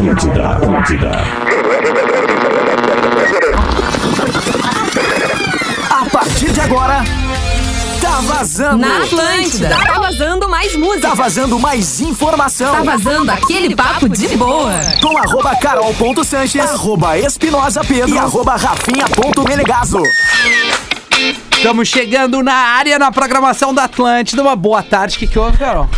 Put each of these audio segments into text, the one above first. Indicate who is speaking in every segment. Speaker 1: Atlântida, Atlântida.
Speaker 2: A partir de agora, tá vazando.
Speaker 3: Na Atlântida. Tá vazando mais música.
Speaker 2: Tá vazando mais informação.
Speaker 3: Tá vazando aquele papo de boa.
Speaker 2: Com arroba carol.sanches, arroba espinosa pedro e arroba rafinha.melegazo.
Speaker 4: Estamos chegando na área, na programação da Atlântida. Uma boa tarde. O que, que houve, Carol?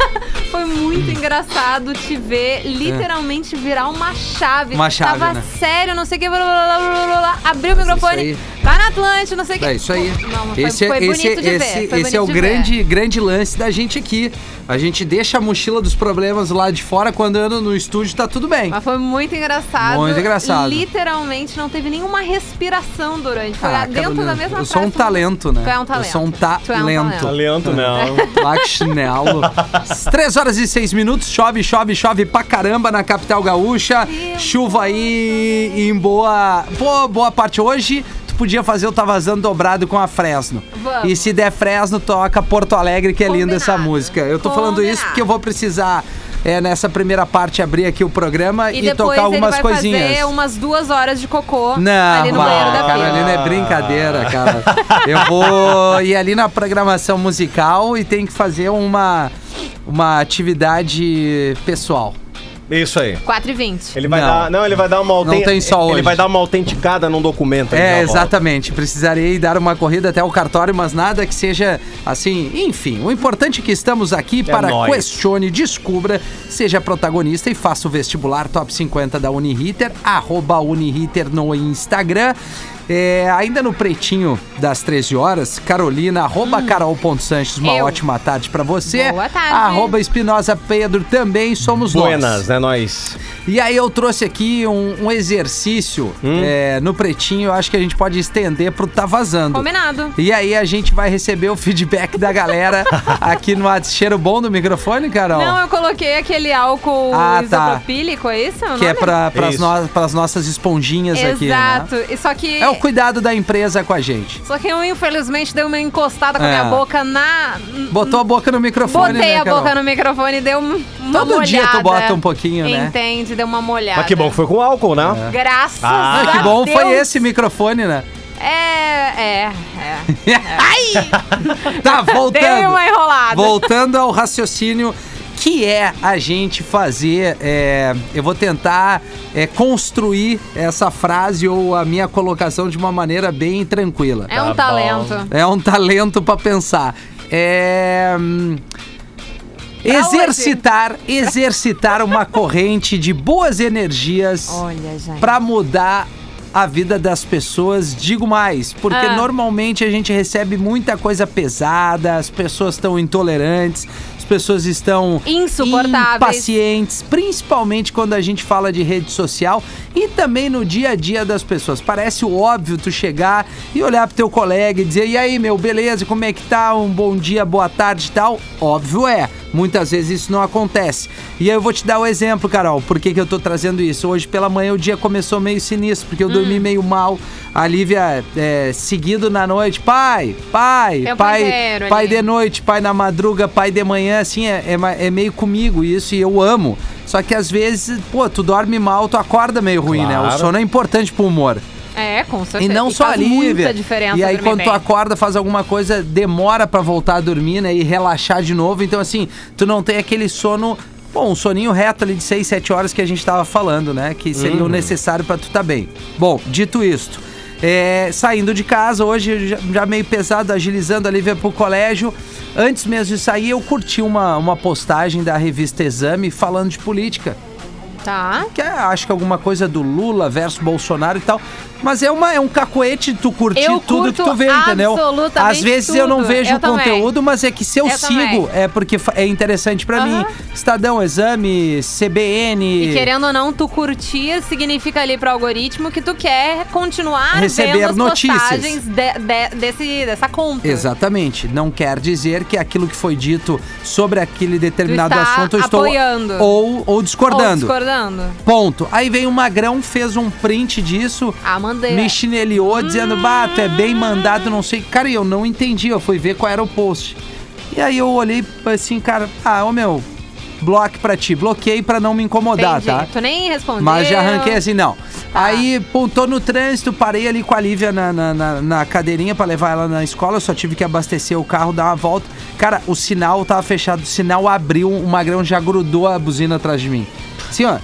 Speaker 5: Foi muito engraçado te ver literalmente virar uma chave.
Speaker 4: É. Uma chave,
Speaker 5: Tava
Speaker 4: né?
Speaker 5: sério, não sei o que, blá, blá, blá, blá, blá, blá. abriu o microfone,
Speaker 4: isso
Speaker 5: vai na Atlântida, não sei o que.
Speaker 4: É isso aí.
Speaker 5: Não, mas foi,
Speaker 4: esse é-
Speaker 5: foi bonito
Speaker 4: esse,
Speaker 5: de ver.
Speaker 4: esse-
Speaker 5: foi
Speaker 4: esse é
Speaker 5: bonito
Speaker 4: o
Speaker 5: de ver.
Speaker 4: grande, grande lance da gente aqui. A gente deixa a mochila dos problemas lá de fora quando anda no estúdio, tá tudo bem.
Speaker 5: Mas foi muito engraçado.
Speaker 4: Muito engraçado.
Speaker 5: Literalmente não teve nenhuma respiração durante. Foi
Speaker 4: Ah,
Speaker 5: dentro
Speaker 4: Carolina,
Speaker 5: da mesma
Speaker 4: Eu sou um
Speaker 5: frase.
Speaker 4: talento, né?
Speaker 5: Tu é um talento.
Speaker 4: Eu sou um É.
Speaker 5: Tu é um
Speaker 4: talento.
Speaker 5: talento.
Speaker 6: Talento, não.
Speaker 4: Lachinelo. 3 horas e 6 minutos, chove, chove, chove pra caramba na capital gaúcha. Chuva aí em boa, boa, boa parte hoje. Tu podia fazer o Tá Vazando dobrado com a Fresno.
Speaker 5: Vamos.
Speaker 4: E se der Fresno, toca Porto Alegre, que é linda essa
Speaker 5: Combinado.
Speaker 4: música. Eu tô falando isso
Speaker 5: Combinado.
Speaker 4: porque eu vou precisar é, nessa primeira parte abrir aqui o programa
Speaker 5: E,
Speaker 4: e,
Speaker 5: depois
Speaker 4: tocar algumas
Speaker 5: ele vai
Speaker 4: coisinhas.
Speaker 5: fazer umas duas horas de cocô
Speaker 4: Não,
Speaker 5: Tá ali no
Speaker 4: vai,
Speaker 5: banheiro da
Speaker 4: cara,
Speaker 5: Pia.
Speaker 4: ali não é brincadeira, cara. Eu vou ir ali na programação musical e tem que fazer uma, uma atividade pessoal.
Speaker 6: Isso aí.
Speaker 5: 4 e 20
Speaker 6: Ele vai
Speaker 4: Não.
Speaker 6: dar. Não, ele vai dar uma autenticada.
Speaker 4: tem sol
Speaker 6: Ele
Speaker 4: hoje.
Speaker 6: vai dar uma autenticada num documento. ali
Speaker 4: É,
Speaker 6: na volta.
Speaker 4: exatamente. Precisarei dar uma corrida até o cartório, mas nada que seja assim. Enfim, o importante é que estamos aqui para
Speaker 6: nóis.
Speaker 4: questione, descubra, seja protagonista e faça o vestibular top 50 da Uniriter, arroba Uniriter no Instagram. É, ainda no pretinho das 13 horas, Carolina, arroba carol.sanches, uma
Speaker 5: Hum. Eu.
Speaker 4: ótima tarde para você.
Speaker 5: Boa tarde.
Speaker 4: Arroba Espinosa Pedro também, somos nós.
Speaker 6: Buenas, né, nós?
Speaker 4: E aí eu trouxe aqui um, um exercício é, no pretinho, eu acho que a gente pode estender pro Tá Vazando.
Speaker 5: Combinado.
Speaker 4: E aí a gente vai receber o feedback da galera aqui no WhatsApp. cheiro bom do microfone, Carol.
Speaker 5: Não, é eu coloquei aquele álcool
Speaker 4: Então. Ah, tá.
Speaker 5: isopropílico, é isso? o
Speaker 4: que é
Speaker 5: nome?
Speaker 4: para as
Speaker 6: Isso.
Speaker 4: nossas esponjinhas aqui, né?
Speaker 5: Exato. E Só que.
Speaker 4: É o cuidado da empresa com a gente.
Speaker 5: Só que eu, infelizmente, dei uma encostada com a
Speaker 4: É.
Speaker 5: minha boca na.
Speaker 4: Botou a boca no microfone,
Speaker 5: Botei
Speaker 4: né,
Speaker 5: a
Speaker 4: Carol?
Speaker 5: boca no microfone e deu um- uma
Speaker 4: Todo
Speaker 5: molhada.
Speaker 4: dia tu bota um pouquinho, né?
Speaker 5: Entende, deu uma
Speaker 4: É,
Speaker 5: molhada.
Speaker 6: Mas que bom que foi com álcool, né?
Speaker 5: Graças
Speaker 6: Ah,
Speaker 5: a
Speaker 4: Ah, que bom
Speaker 5: Deus.
Speaker 4: foi esse microfone, né?
Speaker 5: É, é, é.
Speaker 4: Tá voltando.
Speaker 5: Dei uma enrolada.
Speaker 4: Voltando ao raciocínio, que é a gente fazer. é, eu vou tentar é, construir essa frase ou a minha colocação de uma maneira bem tranquila.
Speaker 5: É um
Speaker 6: Tá
Speaker 5: talento.
Speaker 4: É um talento pra pensar. É. hum, Exercitar, exercitar uma corrente de boas energias
Speaker 5: Olha, gente.
Speaker 4: pra mudar a vida das pessoas, digo mais, porque
Speaker 5: Ah.
Speaker 4: normalmente a gente recebe muita coisa pesada, as pessoas estão intolerantes, as pessoas estão
Speaker 5: Insuportáveis.
Speaker 4: impacientes, principalmente quando a gente fala de rede social e também no dia a dia das pessoas. Parece o óbvio tu chegar e olhar pro teu colega e dizer: "E aí, meu, beleza? Como é que tá? Um bom dia, boa tarde", e tal. Óbvio é. Muitas vezes isso não acontece. E aí eu vou te dar o exemplo, Carol. Por que, que eu tô trazendo isso? Hoje pela manhã o dia começou meio sinistro, porque eu
Speaker 5: Hum.
Speaker 4: dormi meio mal. A Lívia, é, seguido na noite, pai, pai,
Speaker 5: Tempo
Speaker 4: pai,
Speaker 5: inteiro
Speaker 4: pai
Speaker 5: É ali.
Speaker 4: de é noite, pai na madruga, pai de manhã, assim, é, é ma- é meio comigo isso e eu amo. Só que às vezes, pô, tu dorme mal, tu acorda meio ruim, né? O
Speaker 6: Claro.
Speaker 4: sono é importante pro humor.
Speaker 5: É, com
Speaker 4: E
Speaker 5: certeza.
Speaker 4: não só
Speaker 5: faz
Speaker 4: ali,
Speaker 5: muita
Speaker 4: velho.
Speaker 5: diferença
Speaker 4: E aí
Speaker 5: dormir
Speaker 4: quando
Speaker 5: bem.
Speaker 4: tu acorda, faz alguma coisa, demora pra voltar a dormir, né, e relaxar de novo. Então assim, tu não tem aquele sono Bom, um soninho reto ali de 6, 7 horas que a gente tava falando, né? Que seria o necessário pra tu tá bem. Bom, dito isto, é, saindo de casa hoje, já, já meio pesado, agilizando ali, via pro colégio. Antes mesmo de sair, eu curti uma, uma postagem da revista Exame falando de política
Speaker 5: Tá.
Speaker 4: que é, acho que alguma coisa do Lula versus Bolsonaro e tal. Mas é, uma, é um cacoete tu curtir
Speaker 5: Eu
Speaker 4: tudo que
Speaker 5: curto
Speaker 4: tu vê, entendeu?
Speaker 5: absolutamente
Speaker 4: Às vezes eu não
Speaker 5: tudo.
Speaker 4: vejo
Speaker 5: Eu
Speaker 4: o conteúdo, mas é que se eu,
Speaker 5: Eu
Speaker 4: sigo,
Speaker 5: também.
Speaker 4: é porque fa- é interessante pra
Speaker 5: Aham.
Speaker 4: mim. Estadão, Exame, CBN.
Speaker 5: E querendo ou não, tu curtir significa ali pro algoritmo que tu quer continuar
Speaker 4: Receber
Speaker 5: vendo as
Speaker 4: notícias.
Speaker 5: postagens de- de- desse, dessa conta.
Speaker 4: Exatamente. Não quer dizer que aquilo que foi dito sobre aquele determinado
Speaker 5: Tu está
Speaker 4: assunto eu estou
Speaker 5: apoiando.
Speaker 4: ou, ou
Speaker 5: Ou
Speaker 4: discordando.
Speaker 5: discordando.
Speaker 4: Ponto. Aí vem o Magrão, fez um print disso.
Speaker 5: Ah, mandei.
Speaker 4: me chineliou dizendo, bato, é bem mandado, não sei. Cara, e eu não entendi, eu fui ver qual era o post. E aí eu olhei assim, cara, ah, ô meu, bloque pra ti. Bloqueei pra não me incomodar,
Speaker 5: Tem
Speaker 4: tá?
Speaker 5: jeito, nem respondeu.
Speaker 4: Mas já arranquei assim, não.
Speaker 5: Tá.
Speaker 4: Aí, pô, tô no trânsito, parei ali com a Lívia na, na, na- na cadeirinha pra levar ela na escola. Só tive que abastecer o carro, dar uma volta. Cara, o sinal tava fechado, o sinal abriu, o magrão já grudou a buzina atrás de mim. Assim, ó,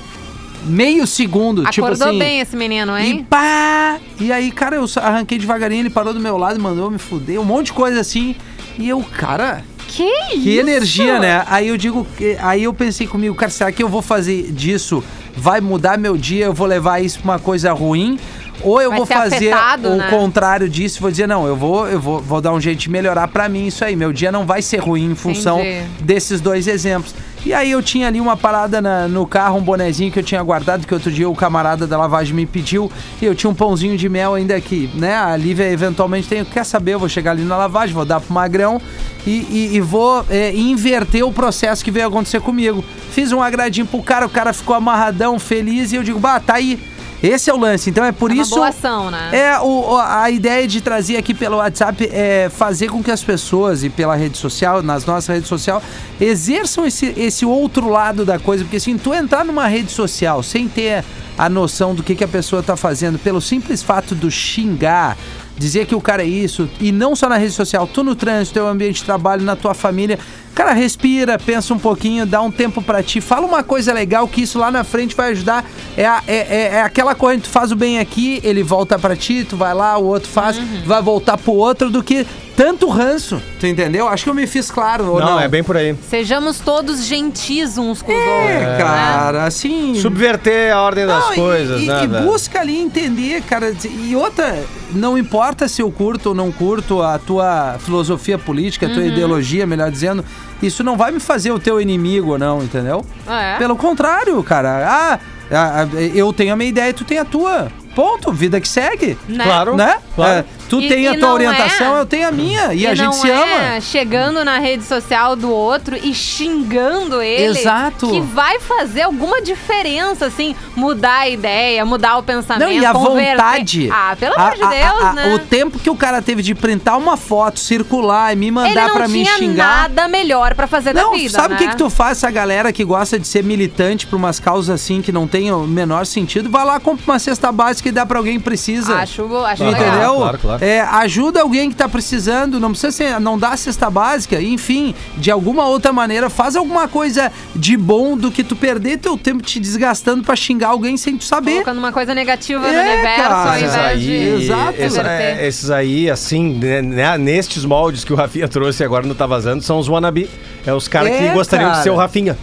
Speaker 4: meio segundo, tipo
Speaker 5: Acordou
Speaker 4: assim.
Speaker 5: bem esse menino,
Speaker 4: E
Speaker 5: hein?
Speaker 4: pá! E aí, cara, eu só arranquei devagarinho, ele parou do meu lado, mandou me fuder, um monte de coisa assim. E eu, cara,
Speaker 5: Que isso?
Speaker 4: que energia,
Speaker 5: É
Speaker 4: né? Aí eu digo, que- aí eu pensei comigo, cara, será que eu vou fazer disso? Vai mudar meu dia? Eu vou levar isso pra uma coisa ruim? Ou eu
Speaker 5: Vai
Speaker 4: vou
Speaker 5: ser
Speaker 4: fazer
Speaker 5: afetado,
Speaker 4: o
Speaker 5: né?
Speaker 4: contrário disso? e Vou dizer, não, eu vou, eu vou, vou dar um jeito de melhorar pra mim isso aí. Meu dia não vai ser ruim em função
Speaker 5: Entendi.
Speaker 4: desses dois exemplos. E aí eu tinha ali uma parada na- no carro, um bonezinho que eu tinha guardado, que outro dia o camarada da lavagem me pediu, e eu tinha um pãozinho de mel ainda aqui, né? A Lívia eventualmente tem, quer saber, eu vou chegar ali na lavagem, vou dar pro magrão e, e- e vou é, inverter o processo que veio acontecer comigo. Fiz um agradinho pro cara, o cara ficou amarradão, feliz, e eu digo, bah, tá aí. Esse é o lance. Então é por
Speaker 5: É uma
Speaker 4: isso.
Speaker 5: boa ação, né?
Speaker 4: É, o- o- a ideia de trazer aqui pelo WhatsApp é fazer com que as pessoas e pela rede social, nas nossas redes sociais, exerçam esse, esse outro lado da coisa. Porque assim, tu entrar numa rede social sem ter a noção do que, que a pessoa tá fazendo, pelo simples fato do xingar, dizer que o cara é isso, e não só na rede social, tu no trânsito, teu ambiente de trabalho, na tua família. Cara, respira, pensa um pouquinho, dá um tempo pra ti, fala uma coisa legal que isso lá na frente vai ajudar. É, a- é, é, é aquela corrente, tu faz o bem aqui, ele volta pra ti, tu vai lá, o outro faz, vai voltar pro outro, do que tanto ranço, tu entendeu? Acho que eu me fiz claro, ou não?
Speaker 6: Não, é bem por aí.
Speaker 5: Sejamos todos gentis uns com os outros.
Speaker 4: É, cara, assim...
Speaker 6: Subverter a ordem das
Speaker 4: Não, e-
Speaker 6: coisas,
Speaker 4: e,
Speaker 6: né?
Speaker 4: e
Speaker 6: velho?
Speaker 4: busca ali entender, cara. E outra, não importa se eu curto ou não curto a tua filosofia política, a tua ideologia, melhor dizendo, isso não vai me fazer o teu inimigo ou não, entendeu?
Speaker 5: É.
Speaker 4: Pelo contrário, cara. Ah, ah, ah, eu tenho a minha ideia e tu tem a tua. Ponto, vida que segue.
Speaker 5: Né?
Speaker 6: Claro,
Speaker 4: Né?
Speaker 6: claro.
Speaker 4: É, tu
Speaker 5: E-
Speaker 4: tem a
Speaker 5: e
Speaker 4: tua
Speaker 5: não
Speaker 4: orientação,
Speaker 5: é-
Speaker 4: eu tenho a minha. E,
Speaker 5: E
Speaker 4: a gente
Speaker 5: não
Speaker 4: se
Speaker 5: é
Speaker 4: ama.
Speaker 5: chegando na rede social do outro e xingando ele.
Speaker 4: Exato.
Speaker 5: Que vai fazer alguma diferença, assim, mudar a ideia, mudar o pensamento.
Speaker 4: Não, e a
Speaker 5: converter.
Speaker 4: vontade.
Speaker 5: Ah, pelo
Speaker 4: A-
Speaker 5: amor de
Speaker 4: a-
Speaker 5: Deus,
Speaker 4: a- a-
Speaker 5: né?
Speaker 4: O tempo que o cara teve de printar uma foto, circular e me
Speaker 5: ele
Speaker 4: mandar
Speaker 5: não
Speaker 4: pra mim
Speaker 5: tinha
Speaker 4: xingar.
Speaker 5: nada melhor pra fazer
Speaker 4: Não,
Speaker 5: da vida,
Speaker 4: sabe o que,
Speaker 5: né?
Speaker 4: que tu faz, essa galera que gosta de ser militante pra umas causas assim que não tem o menor sentido? Vai lá, compra uma cesta básica e dá pra alguém que precisa.
Speaker 5: Acho, acho legal.
Speaker 4: Entendeu?
Speaker 6: Claro, claro.
Speaker 4: É, ajuda alguém que tá precisando, não precisa ser, não dá a cesta básica, enfim, de alguma outra maneira, faz alguma coisa de bom do que tu perder teu tempo te desgastando pra xingar alguém sem tu saber.
Speaker 5: Colocando uma coisa negativa no
Speaker 4: É,
Speaker 5: universo
Speaker 4: cara.
Speaker 5: ao
Speaker 6: Esses
Speaker 5: invés
Speaker 4: Verdade.
Speaker 6: aí,
Speaker 5: de
Speaker 4: Exato. né?
Speaker 6: essa-
Speaker 5: Converter.
Speaker 6: é, esses aí, assim, né, né, nestes moldes que o Rafinha trouxe e agora não tá vazando, são os wannabe. É os caras
Speaker 4: É,
Speaker 6: que gostariam
Speaker 4: cara.
Speaker 6: de ser o Rafinha.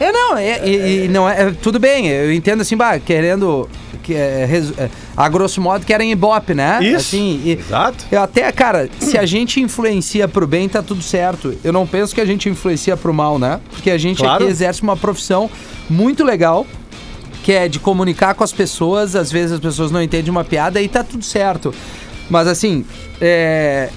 Speaker 4: É, não, é, e- e não é, é, Tudo bem, eu entendo assim, bah, querendo. Que, é, resu- é, a grosso modo, querem ibope, né?
Speaker 6: Isso,
Speaker 4: Assim, e-
Speaker 6: exato.
Speaker 4: Eu até, cara, se a gente influencia pro bem, tá tudo certo. Eu não penso que a gente influencia pro mal, né? Porque a gente
Speaker 6: Claro.
Speaker 4: aqui exerce uma profissão muito legal que é de comunicar com as pessoas, às vezes as pessoas não entendem uma piada e tá tudo certo. Mas assim, é.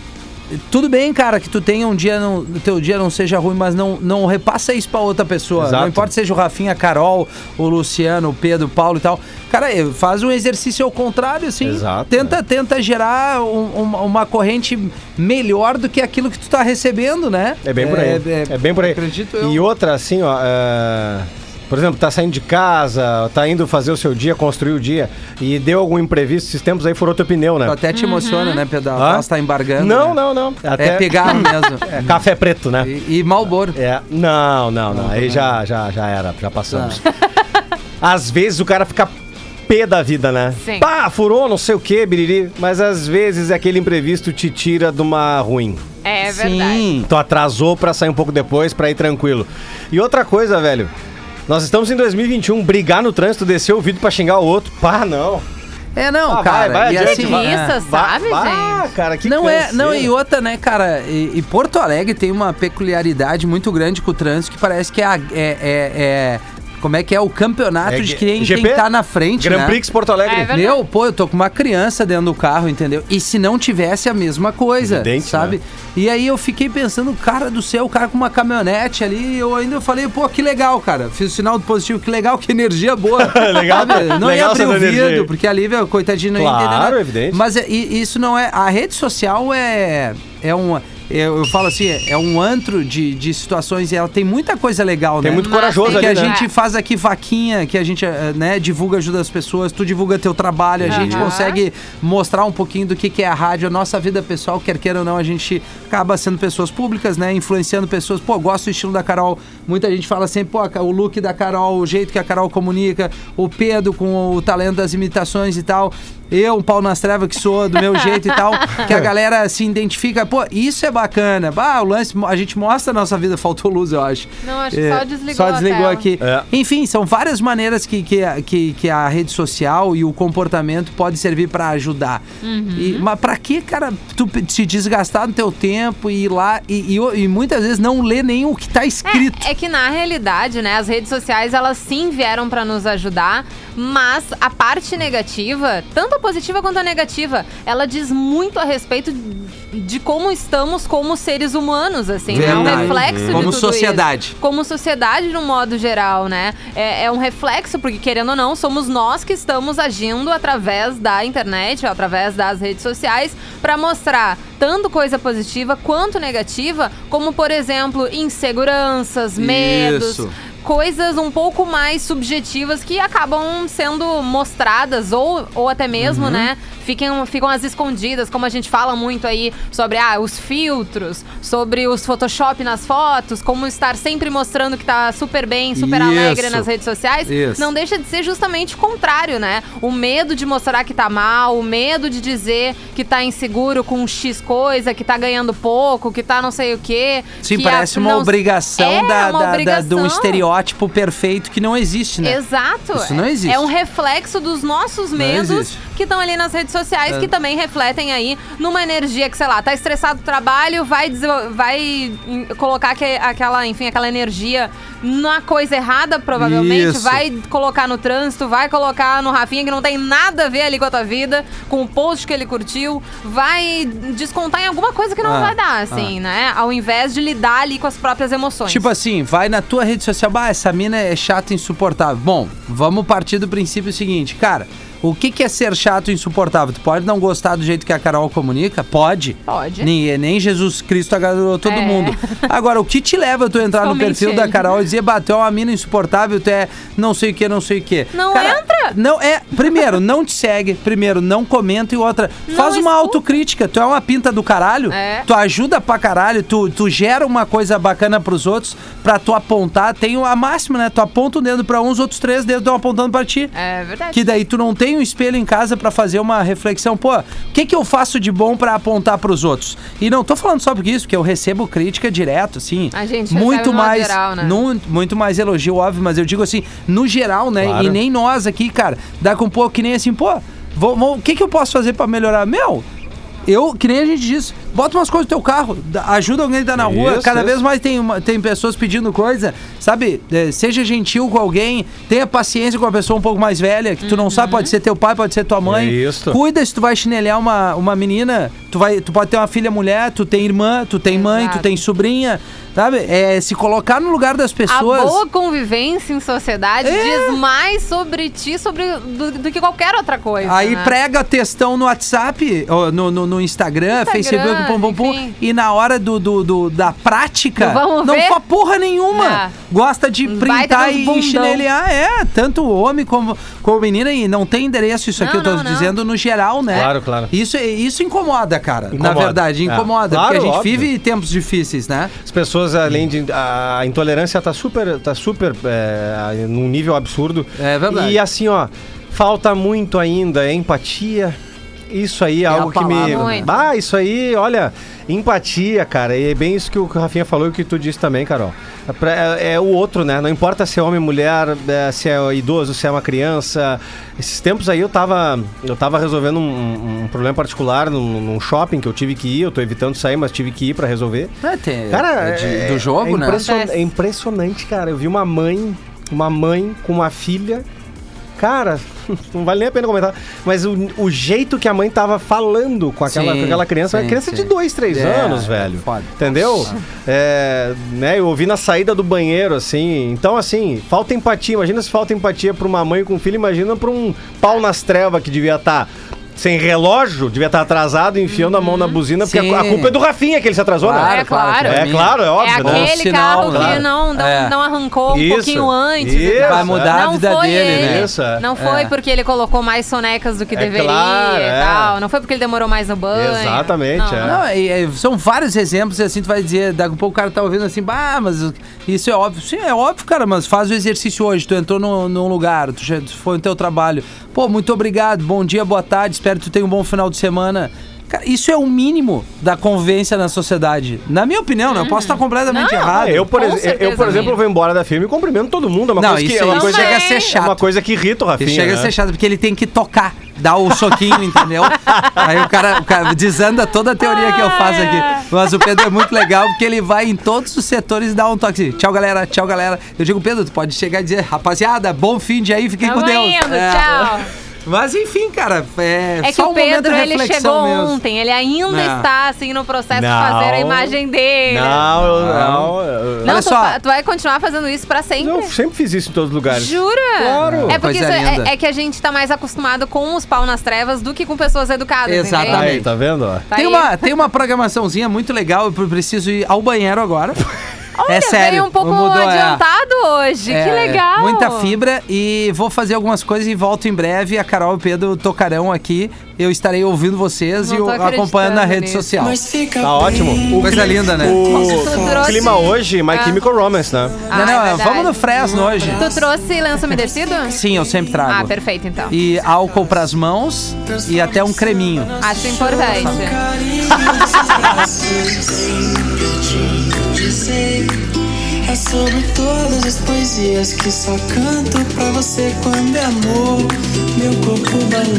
Speaker 4: Tudo bem, cara, que tu tenha um dia, não, o teu dia não seja ruim, mas não, não repassa isso pra outra pessoa.
Speaker 6: Exato.
Speaker 4: Não importa se seja o Rafinha, a Carol, o Luciano, o Pedro, o Paulo e tal. Cara, eh, faz um exercício ao contrário, assim.
Speaker 6: Exato, né?
Speaker 4: Tenta, tenta gerar um- uma, uma corrente melhor do que aquilo que tu tá recebendo, né?
Speaker 6: É bem por aí. É, bem por aí.
Speaker 4: Acredito eu.
Speaker 6: E outra, assim, ó. é, Por exemplo, tá saindo de casa, tá indo fazer o seu dia, construir o dia, e deu algum imprevisto, esses tempos aí furou teu pneu, né?
Speaker 4: Tu até te
Speaker 5: Uhum.
Speaker 4: emociona, né, Pedal?
Speaker 6: Hã?
Speaker 4: Nós tá embargando. Tá né?
Speaker 6: Não, não, não.
Speaker 4: É pegar mesmo.
Speaker 6: É café preto, né?
Speaker 4: E, e Malboro.
Speaker 6: É, não, não, não. Aí já, já, já era, já passamos. às vezes o cara fica pé da vida, né?
Speaker 5: Sim.
Speaker 6: Pá, furou, não sei o que, biriri. Mas às vezes aquele imprevisto te tira de uma ruim.
Speaker 5: É verdade.
Speaker 6: Tu atrasou pra sair um pouco depois, pra ir tranquilo. E outra coisa, velho. Nós estamos em 2021, brigar no trânsito, descer o vídeo pra xingar o outro. Pá, não.
Speaker 4: É, não,
Speaker 6: Ah,
Speaker 4: cara.
Speaker 6: vai, vai
Speaker 4: e
Speaker 6: adiante,
Speaker 4: assim,
Speaker 6: vai.
Speaker 4: é.
Speaker 5: Isso, sabe,
Speaker 6: Ah,
Speaker 5: gente?
Speaker 6: cara, que
Speaker 4: não é, não,
Speaker 6: canseira.
Speaker 4: e outra, né, cara? E, e Porto Alegre tem uma peculiaridade muito grande com o trânsito que parece que é. a- é- é- é- como é que é o campeonato
Speaker 6: É
Speaker 4: de
Speaker 6: G-
Speaker 4: quem, quem
Speaker 6: GP?
Speaker 4: tá na frente,
Speaker 6: Grand
Speaker 4: né?
Speaker 6: Prix Porto Alegre.
Speaker 5: É verdade.
Speaker 4: Meu, pô, eu tô com uma criança dentro do carro, entendeu? E se não tivesse a mesma coisa,
Speaker 6: Evidente,
Speaker 4: sabe?
Speaker 6: né?
Speaker 4: E aí eu fiquei pensando, cara do céu, o cara com uma caminhonete ali, eu ainda falei, pô, que legal, cara. Fiz o sinal do positivo, que legal, que energia boa.
Speaker 6: Legal,
Speaker 4: Sabe? Não ia
Speaker 6: legal
Speaker 4: abrir
Speaker 6: essa
Speaker 4: o vidro,
Speaker 6: energia aí.
Speaker 4: porque a Lívia, coitadinha, não ia
Speaker 6: Claro,
Speaker 4: entender nada.
Speaker 6: evidente.
Speaker 4: Mas é- e- isso não é... A rede social é, é uma... eu, eu falo assim, é é um antro de, de situações e ela tem muita coisa legal,
Speaker 6: Tem
Speaker 4: né?
Speaker 6: muito
Speaker 5: Mas
Speaker 6: corajoso
Speaker 5: tem
Speaker 4: que
Speaker 6: ali,
Speaker 4: a
Speaker 6: né?
Speaker 4: gente faz aqui vaquinha, que a gente eh, né, divulga, ajuda as pessoas, tu divulga teu trabalho, a gente
Speaker 5: Aham.
Speaker 4: consegue mostrar um pouquinho do que, que é a rádio, a nossa vida pessoal, quer queira ou não, a gente acaba sendo pessoas públicas, né? Influenciando pessoas. Pô, gosto do estilo da Carol. Muita gente fala sempre, pô, o look da Carol, o jeito que a Carol comunica, o Pedro com o talento das imitações e tal. Eu, um pau nas trevas que sou, do meu jeito e tal, que a galera se identifica. Pô, isso é bacana. Ah, o lance, a gente mostra a nossa vida. Faltou luz, eu acho.
Speaker 5: Não, acho que
Speaker 4: É,
Speaker 5: só desligou
Speaker 4: Só
Speaker 5: a
Speaker 4: desligou
Speaker 5: tela.
Speaker 4: aqui.
Speaker 6: É.
Speaker 4: Enfim, são várias maneiras que, que, a- que, que a rede social e o comportamento pode servir pra ajudar.
Speaker 5: Uhum.
Speaker 4: E- mas pra que, cara, tu pe- se desgastar no teu tempo e ir lá e, e o- e muitas vezes não ler nem o que tá escrito?
Speaker 5: É, é que na realidade, né, as redes sociais elas sim vieram pra nos ajudar, mas a parte negativa, tanto a positiva quanto a negativa, ela diz muito a respeito de como estamos como seres humanos, assim, é um
Speaker 4: Verdade.
Speaker 5: reflexo de
Speaker 4: Como
Speaker 5: tudo isso.
Speaker 4: sociedade.
Speaker 5: Como sociedade, de um modo geral, né? É, é um reflexo, porque querendo ou não, somos nós que estamos agindo através da internet, ó, através das redes sociais, pra mostrar tanto coisa positiva quanto negativa, como, por exemplo, inseguranças, medos.
Speaker 4: Isso.
Speaker 5: Coisas um pouco mais subjetivas que acabam sendo mostradas ou, ou até mesmo,
Speaker 4: Uhum.
Speaker 5: né? Ficam, ficam as escondidas, como a gente fala muito aí sobre ah, os filtros, sobre os Photoshop nas fotos, como estar sempre mostrando que tá super bem, super alegre
Speaker 4: Isso.
Speaker 5: nas redes sociais.
Speaker 4: Isso.
Speaker 5: Não deixa de ser justamente o contrário, né? O medo de mostrar que tá mal, o medo de dizer que tá inseguro com X coisa, que tá ganhando pouco, que tá não sei o quê.
Speaker 4: Sim,
Speaker 5: que
Speaker 4: parece
Speaker 5: a-
Speaker 4: uma
Speaker 5: não-
Speaker 4: obrigação,
Speaker 5: É,
Speaker 4: da,
Speaker 5: uma
Speaker 4: da- da- de um
Speaker 5: obrigação.
Speaker 4: estereótipo perfeito que não existe, né?
Speaker 5: Exato.
Speaker 4: Isso não
Speaker 5: É-
Speaker 4: existe.
Speaker 5: É um reflexo dos nossos medos
Speaker 4: existe. É.
Speaker 5: que estão ali nas redes sociais, que também refletem aí numa energia que, sei lá, tá estressado do trabalho, vai, desenvol- vai hum, colocar que- aquela, enfim, aquela energia na coisa errada, provavelmente.
Speaker 4: Isso.
Speaker 5: Vai colocar no trânsito, vai colocar no Rafinha, que não tem nada a ver ali com a tua vida, com o post que ele curtiu. Vai descontar em alguma coisa que não
Speaker 4: Ah,
Speaker 5: vai dar, assim, né? Ao invés de lidar ali com as próprias emoções.
Speaker 4: Tipo assim, vai na tua rede social, bah, essa mina é chata e insuportável. Bom, vamos partir do princípio seguinte, cara, o que, que é ser chato e insuportável? Tu pode não gostar do jeito que a Carol comunica? Pode.
Speaker 5: Pode.
Speaker 4: Nem, nem Jesus Cristo agradou todo
Speaker 5: É.
Speaker 4: mundo. Agora, o que te leva a tu entrar no
Speaker 5: Somente
Speaker 4: perfil
Speaker 5: ele.
Speaker 4: da Carol e dizer, bateu uma mina insuportável, tu é não sei o que, não sei o que.
Speaker 5: Não entra.
Speaker 4: Não, é. Primeiro, não te segue. Primeiro, não comenta. E outra,
Speaker 5: Não
Speaker 4: faz uma
Speaker 5: escuta.
Speaker 4: autocrítica. Tu é uma pinta do caralho.
Speaker 5: É.
Speaker 4: Tu ajuda pra caralho, tu, tu gera uma coisa bacana pros outros pra tu apontar. Tem a máxima, né? Tu aponta um dedo pra uns, outros três dedos estão apontando pra ti.
Speaker 5: É verdade.
Speaker 4: Que daí tu não tem um espelho em casa pra fazer uma reflexão. Pô, o que, que eu faço de bom pra apontar pros outros? E não tô falando só porque isso, porque eu recebo crítica direto, assim.
Speaker 5: A gente recebe
Speaker 4: muito
Speaker 5: no modo
Speaker 4: mais,
Speaker 5: geral, né?
Speaker 4: nu- muito mais elogio, óbvio, mas eu digo assim, no geral, né?
Speaker 6: Claro.
Speaker 4: E nem nós aqui, cara, dá com um pouco que nem assim, pô, vou- vou- o que, que eu posso fazer pra melhorar? Meu, eu, que nem a gente diz, bota umas coisas no teu carro, dá- ajuda alguém que tá na rua,
Speaker 6: Isso,
Speaker 4: cada
Speaker 6: isso.
Speaker 4: vez mas tem, uma- tem pessoas pedindo coisa, sabe? É, seja gentil com alguém, tenha paciência com a pessoa um pouco mais velha, que tu não sabe, pode ser teu pai, pode ser tua mãe.
Speaker 6: É isso.
Speaker 4: Cuida se tu vai chinelhar uma, uma menina, tu, vai, tu pode ter uma filha mulher, tu tem irmã, tu tem mãe, tu
Speaker 5: Exato.
Speaker 4: tem sobrinha, sabe? É se colocar no lugar das pessoas.
Speaker 5: A boa convivência em sociedade
Speaker 4: É.
Speaker 5: diz mais sobre ti sobre, do, do que qualquer outra coisa.
Speaker 4: Aí
Speaker 5: né?
Speaker 4: prega textão no WhatsApp, ou no, no, no Instagram,
Speaker 5: Instagram,
Speaker 4: Facebook, pum, pum, pum.
Speaker 5: enfim.
Speaker 4: E na hora do, do, do- da prática,
Speaker 5: Não vamos
Speaker 4: não
Speaker 5: ver?
Speaker 4: faz porra nenhuma.
Speaker 5: Ah.
Speaker 4: Gosta de
Speaker 5: Um
Speaker 4: printar
Speaker 5: baita
Speaker 4: e
Speaker 5: dos bundão.
Speaker 4: chinelear. É, tanto o homem como, como a menina. E não tem endereço isso aqui,
Speaker 5: Não,
Speaker 4: eu tô
Speaker 5: não, não.
Speaker 4: dizendo no geral, né?
Speaker 6: Claro, claro.
Speaker 4: Isso, isso incomoda, cara. Na
Speaker 6: Incomoda,
Speaker 4: verdade,
Speaker 6: é.
Speaker 4: incomoda.
Speaker 6: Claro,
Speaker 4: porque a gente
Speaker 6: óbvio.
Speaker 4: vive tempos difíceis, né?
Speaker 6: As pessoas, além de. A intolerância tá super. tá super. É, num nível absurdo.
Speaker 4: É verdade.
Speaker 6: E assim, ó, falta muito ainda empatia. Isso aí é,
Speaker 4: a
Speaker 6: algo que me.
Speaker 4: palavra,
Speaker 5: né?
Speaker 6: Ah, isso aí, olha, empatia, cara. E é bem isso que o que o Rafinha falou e que tu disse também, Carol. É pra- É, é o outro, né? Não importa se é homem, mulher, é, se é idoso, se é uma criança. Esses tempos aí eu tava. Eu tava resolvendo um, um problema particular num, num shopping que eu tive que ir, eu tô evitando sair, mas tive que ir pra resolver.
Speaker 4: É, tem-
Speaker 6: Cara,
Speaker 4: é de-
Speaker 6: é-
Speaker 4: do jogo,
Speaker 6: é
Speaker 4: né?
Speaker 6: impression-
Speaker 5: Acontece.
Speaker 6: É impressionante, cara. Eu vi uma mãe, uma mãe com uma filha. Cara, não vale nem a pena comentar. Mas o, o jeito que a mãe tava falando com aquela,
Speaker 4: Sim,
Speaker 6: com aquela criança,
Speaker 4: sim,
Speaker 6: uma criança de
Speaker 4: sim.
Speaker 6: dois, três
Speaker 4: É,
Speaker 6: anos, velho.
Speaker 4: foda.
Speaker 6: Entendeu? É, né, eu ouvi na saída do banheiro, assim. Então, assim, falta empatia. Imagina se falta empatia pra uma mãe com um filho, imagina pra um pau nas trevas que devia estar. sem relógio, devia estar atrasado, enfiando a mão na buzina, porque
Speaker 4: Sim.
Speaker 6: a, a culpa é do Rafinha que ele se atrasou, né?
Speaker 5: É, claro.
Speaker 6: É claro, é
Speaker 5: é
Speaker 6: óbvio, né?
Speaker 5: aquele
Speaker 4: Sinal,
Speaker 5: carro que
Speaker 4: claro.
Speaker 5: não, não,
Speaker 4: É.
Speaker 5: não arrancou um
Speaker 6: Isso.
Speaker 5: pouquinho antes.
Speaker 6: Isso. é.
Speaker 5: entendeu?
Speaker 4: Vai mudar a
Speaker 5: não
Speaker 4: vida
Speaker 5: foi
Speaker 4: dele,
Speaker 5: ele.
Speaker 4: né?
Speaker 6: Isso, é.
Speaker 5: Não foi
Speaker 4: É.
Speaker 5: porque ele colocou mais sonecas do que
Speaker 6: É
Speaker 5: deveria
Speaker 6: claro,
Speaker 5: e
Speaker 6: é.
Speaker 5: tal. Não foi porque ele demorou mais no banho.
Speaker 6: Exatamente,
Speaker 5: Não.
Speaker 6: é.
Speaker 4: Não, e- e são vários exemplos, e assim, tu vai dizer, daqui a pouco o cara tá ouvindo assim, bah, mas isso é óbvio. Sim, é óbvio, cara, mas faz o exercício hoje, tu entrou num, num lugar, tu che- tu foi no teu trabalho. Pô, muito obrigado, bom dia, boa tarde, espero que tu tenha um bom final de semana. Cara, isso é o mínimo da convivência na sociedade. Na minha opinião, né? Eu posso estar completamente
Speaker 5: Não.
Speaker 4: errado.
Speaker 6: Ah, eu, por,
Speaker 5: Com
Speaker 6: ex-
Speaker 5: certeza,
Speaker 6: eu, por exemplo,
Speaker 5: amigo.
Speaker 6: vou embora da firma e cumprimento todo mundo. É uma
Speaker 4: Não,
Speaker 6: coisa que,
Speaker 4: isso,
Speaker 6: é uma
Speaker 4: isso
Speaker 6: coisa,
Speaker 4: chega a
Speaker 5: é
Speaker 4: ser
Speaker 6: é
Speaker 4: chato.
Speaker 6: uma coisa que
Speaker 5: Assim,
Speaker 6: irrita o Rafinha.
Speaker 4: Ele chega a
Speaker 6: né?
Speaker 4: ser chato, porque ele tem que tocar, dar o soquinho, entendeu? Aí o cara, o cara desanda toda a teoria
Speaker 5: Ah,
Speaker 4: que eu faço aqui. Mas o Pedro é muito legal, porque ele vai em todos os setores e dá um toque. assim, Tchau, galera, tchau, galera. Eu digo, Pedro, tu pode chegar e dizer, rapaziada, bom fim de aí, fiquem
Speaker 5: Tamo
Speaker 4: com Deus.
Speaker 5: indo,
Speaker 4: É.
Speaker 5: tchau.
Speaker 4: Mas enfim, cara, é,
Speaker 5: É que
Speaker 4: só
Speaker 5: o
Speaker 4: um momento de
Speaker 5: Pedro, ele
Speaker 4: reflexão
Speaker 5: chegou um
Speaker 4: mesmo.
Speaker 5: ontem, ele ainda
Speaker 4: Não.
Speaker 5: está assim no processo de fazer a
Speaker 6: Não.
Speaker 5: imagem dele.
Speaker 6: Não, eu- não. eu-
Speaker 5: Não,
Speaker 4: Olha
Speaker 5: tu,
Speaker 4: só.
Speaker 5: fa- tu vai continuar fazendo isso pra sempre.
Speaker 6: eu sempre fiz isso em todos os lugares.
Speaker 5: Jura?
Speaker 6: Claro.
Speaker 5: É porque
Speaker 4: Coisa
Speaker 5: isso
Speaker 4: linda.
Speaker 5: é, é que a gente tá mais acostumado com os pau nas trevas do que com pessoas educadas.
Speaker 4: Exatamente.
Speaker 5: entende?
Speaker 6: Aí, tá vendo? ó?
Speaker 5: Tá
Speaker 4: Tem
Speaker 5: aí.
Speaker 4: uma, tem uma programaçãozinha muito legal, eu preciso ir ao banheiro agora.
Speaker 5: Olha,
Speaker 4: é sério.
Speaker 5: veio um pouco
Speaker 4: mudou, é.
Speaker 5: adiantado hoje. que
Speaker 4: É,
Speaker 5: legal.
Speaker 4: Muita fibra e vou fazer algumas coisas e volto em breve. A Carol e o Pedro tocarão aqui. Eu estarei ouvindo vocês
Speaker 5: Não
Speaker 4: e
Speaker 5: tô
Speaker 4: o- acompanhando na
Speaker 5: acreditando
Speaker 4: rede
Speaker 5: nisso.
Speaker 4: social.
Speaker 6: Tá ótimo.
Speaker 4: Coisa linda, né?
Speaker 5: tu
Speaker 6: O,
Speaker 5: trouxe-
Speaker 6: clima hoje, My
Speaker 5: Ah.
Speaker 6: Chemical Romance, né?
Speaker 5: Ah,
Speaker 4: não, não,
Speaker 5: é
Speaker 4: vamos no
Speaker 5: verdade.
Speaker 4: Fresno hoje.
Speaker 5: Tu trouxe lenço umedecido?
Speaker 4: Sim, eu sempre trago.
Speaker 5: Ah, perfeito, então.
Speaker 4: E álcool pras mãos e até um creminho.
Speaker 5: Acho importante.
Speaker 1: É sobre todas as poesias que só canto pra você quando é amor. Meu corpo balança.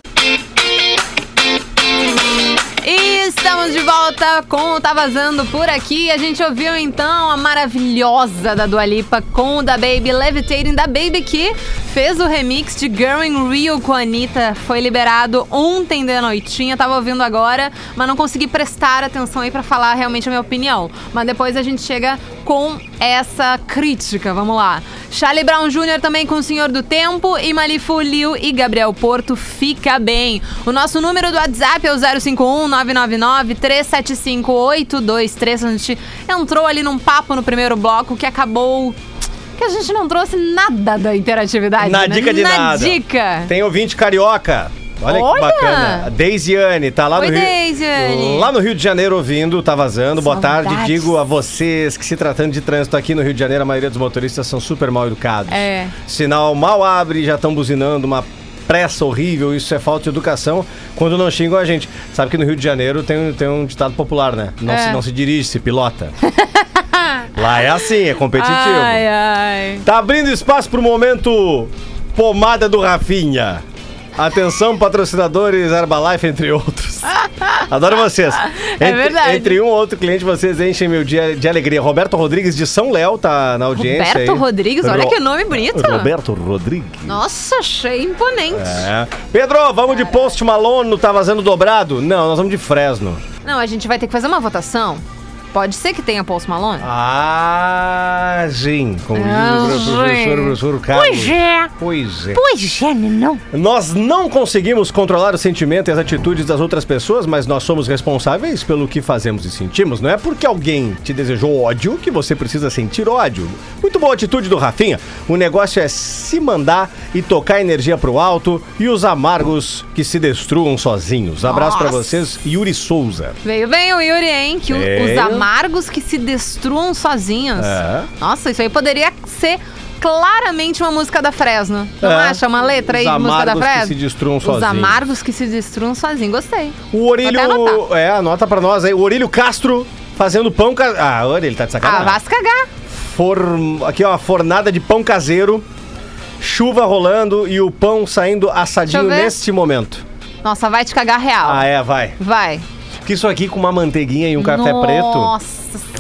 Speaker 5: E estamos de volta com o Tá Vazando por aqui. A gente ouviu então a maravilhosa da Dua Lipa com o da Baby Levitating, da Baby que fez o remix de Girl in Rio com a Anitta. Foi liberado ontem de noitinha, tava ouvindo agora, mas não consegui prestar atenção aí pra falar realmente a minha opinião. Mas depois a gente chega com essa crítica, vamos lá. Charlie Brown Jr. também com o Senhor do Tempo e Malifu Liu e Gabriel Porto fica bem. O nosso número do WhatsApp é o 051 999 375 823. A gente entrou ali num papo no primeiro bloco que acabou que a gente não trouxe nada da interatividade,
Speaker 6: Na
Speaker 5: né?
Speaker 6: dica de
Speaker 5: Na
Speaker 6: nada.
Speaker 5: dica.
Speaker 6: Tem ouvinte carioca. Olha,
Speaker 5: Olha!
Speaker 6: que bacana. A Deisiane tá lá
Speaker 5: Oi,
Speaker 6: no Rio.
Speaker 5: Deisiane.
Speaker 6: Lá no Rio de Janeiro ouvindo, tá vazando. Boa
Speaker 5: Saudades.
Speaker 6: tarde. Digo a vocês que se tratando de trânsito aqui no Rio de Janeiro, a maioria dos motoristas são super mal educados.
Speaker 5: É.
Speaker 6: Sinal mal abre, já estão buzinando uma pressa horrível, isso é falta de educação quando não xingam a gente. Sabe que no Rio de Janeiro tem, um- tem um ditado popular, né? Não,
Speaker 5: É.
Speaker 6: se, não se dirige, se pilota. lá é assim, é competitivo.
Speaker 5: Ai, ai.
Speaker 6: Tá abrindo espaço pro momento pomada do Rafinha. Atenção, patrocinadores Herbalife, entre outros. Adoro vocês. Entre,
Speaker 5: É verdade.
Speaker 6: Entre um ou outro cliente, vocês enchem meu dia de alegria. Roberto Rodrigues de São Léo tá na audiência.
Speaker 5: Roberto
Speaker 6: aí.
Speaker 5: Rodrigues, olha
Speaker 6: Ro-
Speaker 5: que nome bonito.
Speaker 6: Roberto Rodrigues.
Speaker 5: Nossa, achei imponente.
Speaker 6: É. Pedro, vamos de Post Malone, tá vazando dobrado? Não, nós vamos de Fresno.
Speaker 5: Não, a gente vai ter que fazer uma votação. Pode ser que tenha Post Malone?
Speaker 6: Ah, sim. Como diz
Speaker 5: Ah,
Speaker 6: o professor,
Speaker 5: sim.
Speaker 6: professor Carlos. Pois é. Pois é. Nós não conseguimos controlar o sentimento e as atitudes das outras pessoas, mas nós somos responsáveis pelo que fazemos e sentimos. Não é porque alguém te desejou ódio que você precisa sentir ódio. Muito boa atitude do Rafinha. O negócio é se mandar e tocar energia pro alto e os amargos que se destruam sozinhos. Abraço pra vocês, Yuri Souza.
Speaker 5: Veio bem o Yuri, hein? Que o-
Speaker 6: Veio.
Speaker 5: os amargos que se destruam sozinhos.
Speaker 6: É.
Speaker 5: Nossa, isso aí poderia ser claramente uma música da Fresno. Não
Speaker 6: É.
Speaker 5: acha uma letra aí
Speaker 6: Os
Speaker 5: de música da
Speaker 6: amargos que
Speaker 5: Fresno?
Speaker 6: se destruam
Speaker 5: Os
Speaker 6: sozinhos.
Speaker 5: amargos que se destruam sozinhos. Gostei.
Speaker 6: O Orílio.
Speaker 5: Vou até anotar.
Speaker 6: É, anota pra nós aí. O Orílio Castro fazendo pão. Ca... Ah, olha, ele tá de
Speaker 5: Ah,
Speaker 6: sacanagem.
Speaker 5: vá se cagar.
Speaker 6: Form- Aqui, ó, fornada de pão caseiro, chuva rolando e o pão saindo assadinho
Speaker 5: Deixa eu ver.
Speaker 6: neste momento.
Speaker 5: Nossa, vai te cagar real.
Speaker 6: Ah, é, vai.
Speaker 5: Vai.
Speaker 6: Porque isso aqui com uma manteiguinha e um café
Speaker 5: Nossa
Speaker 6: preto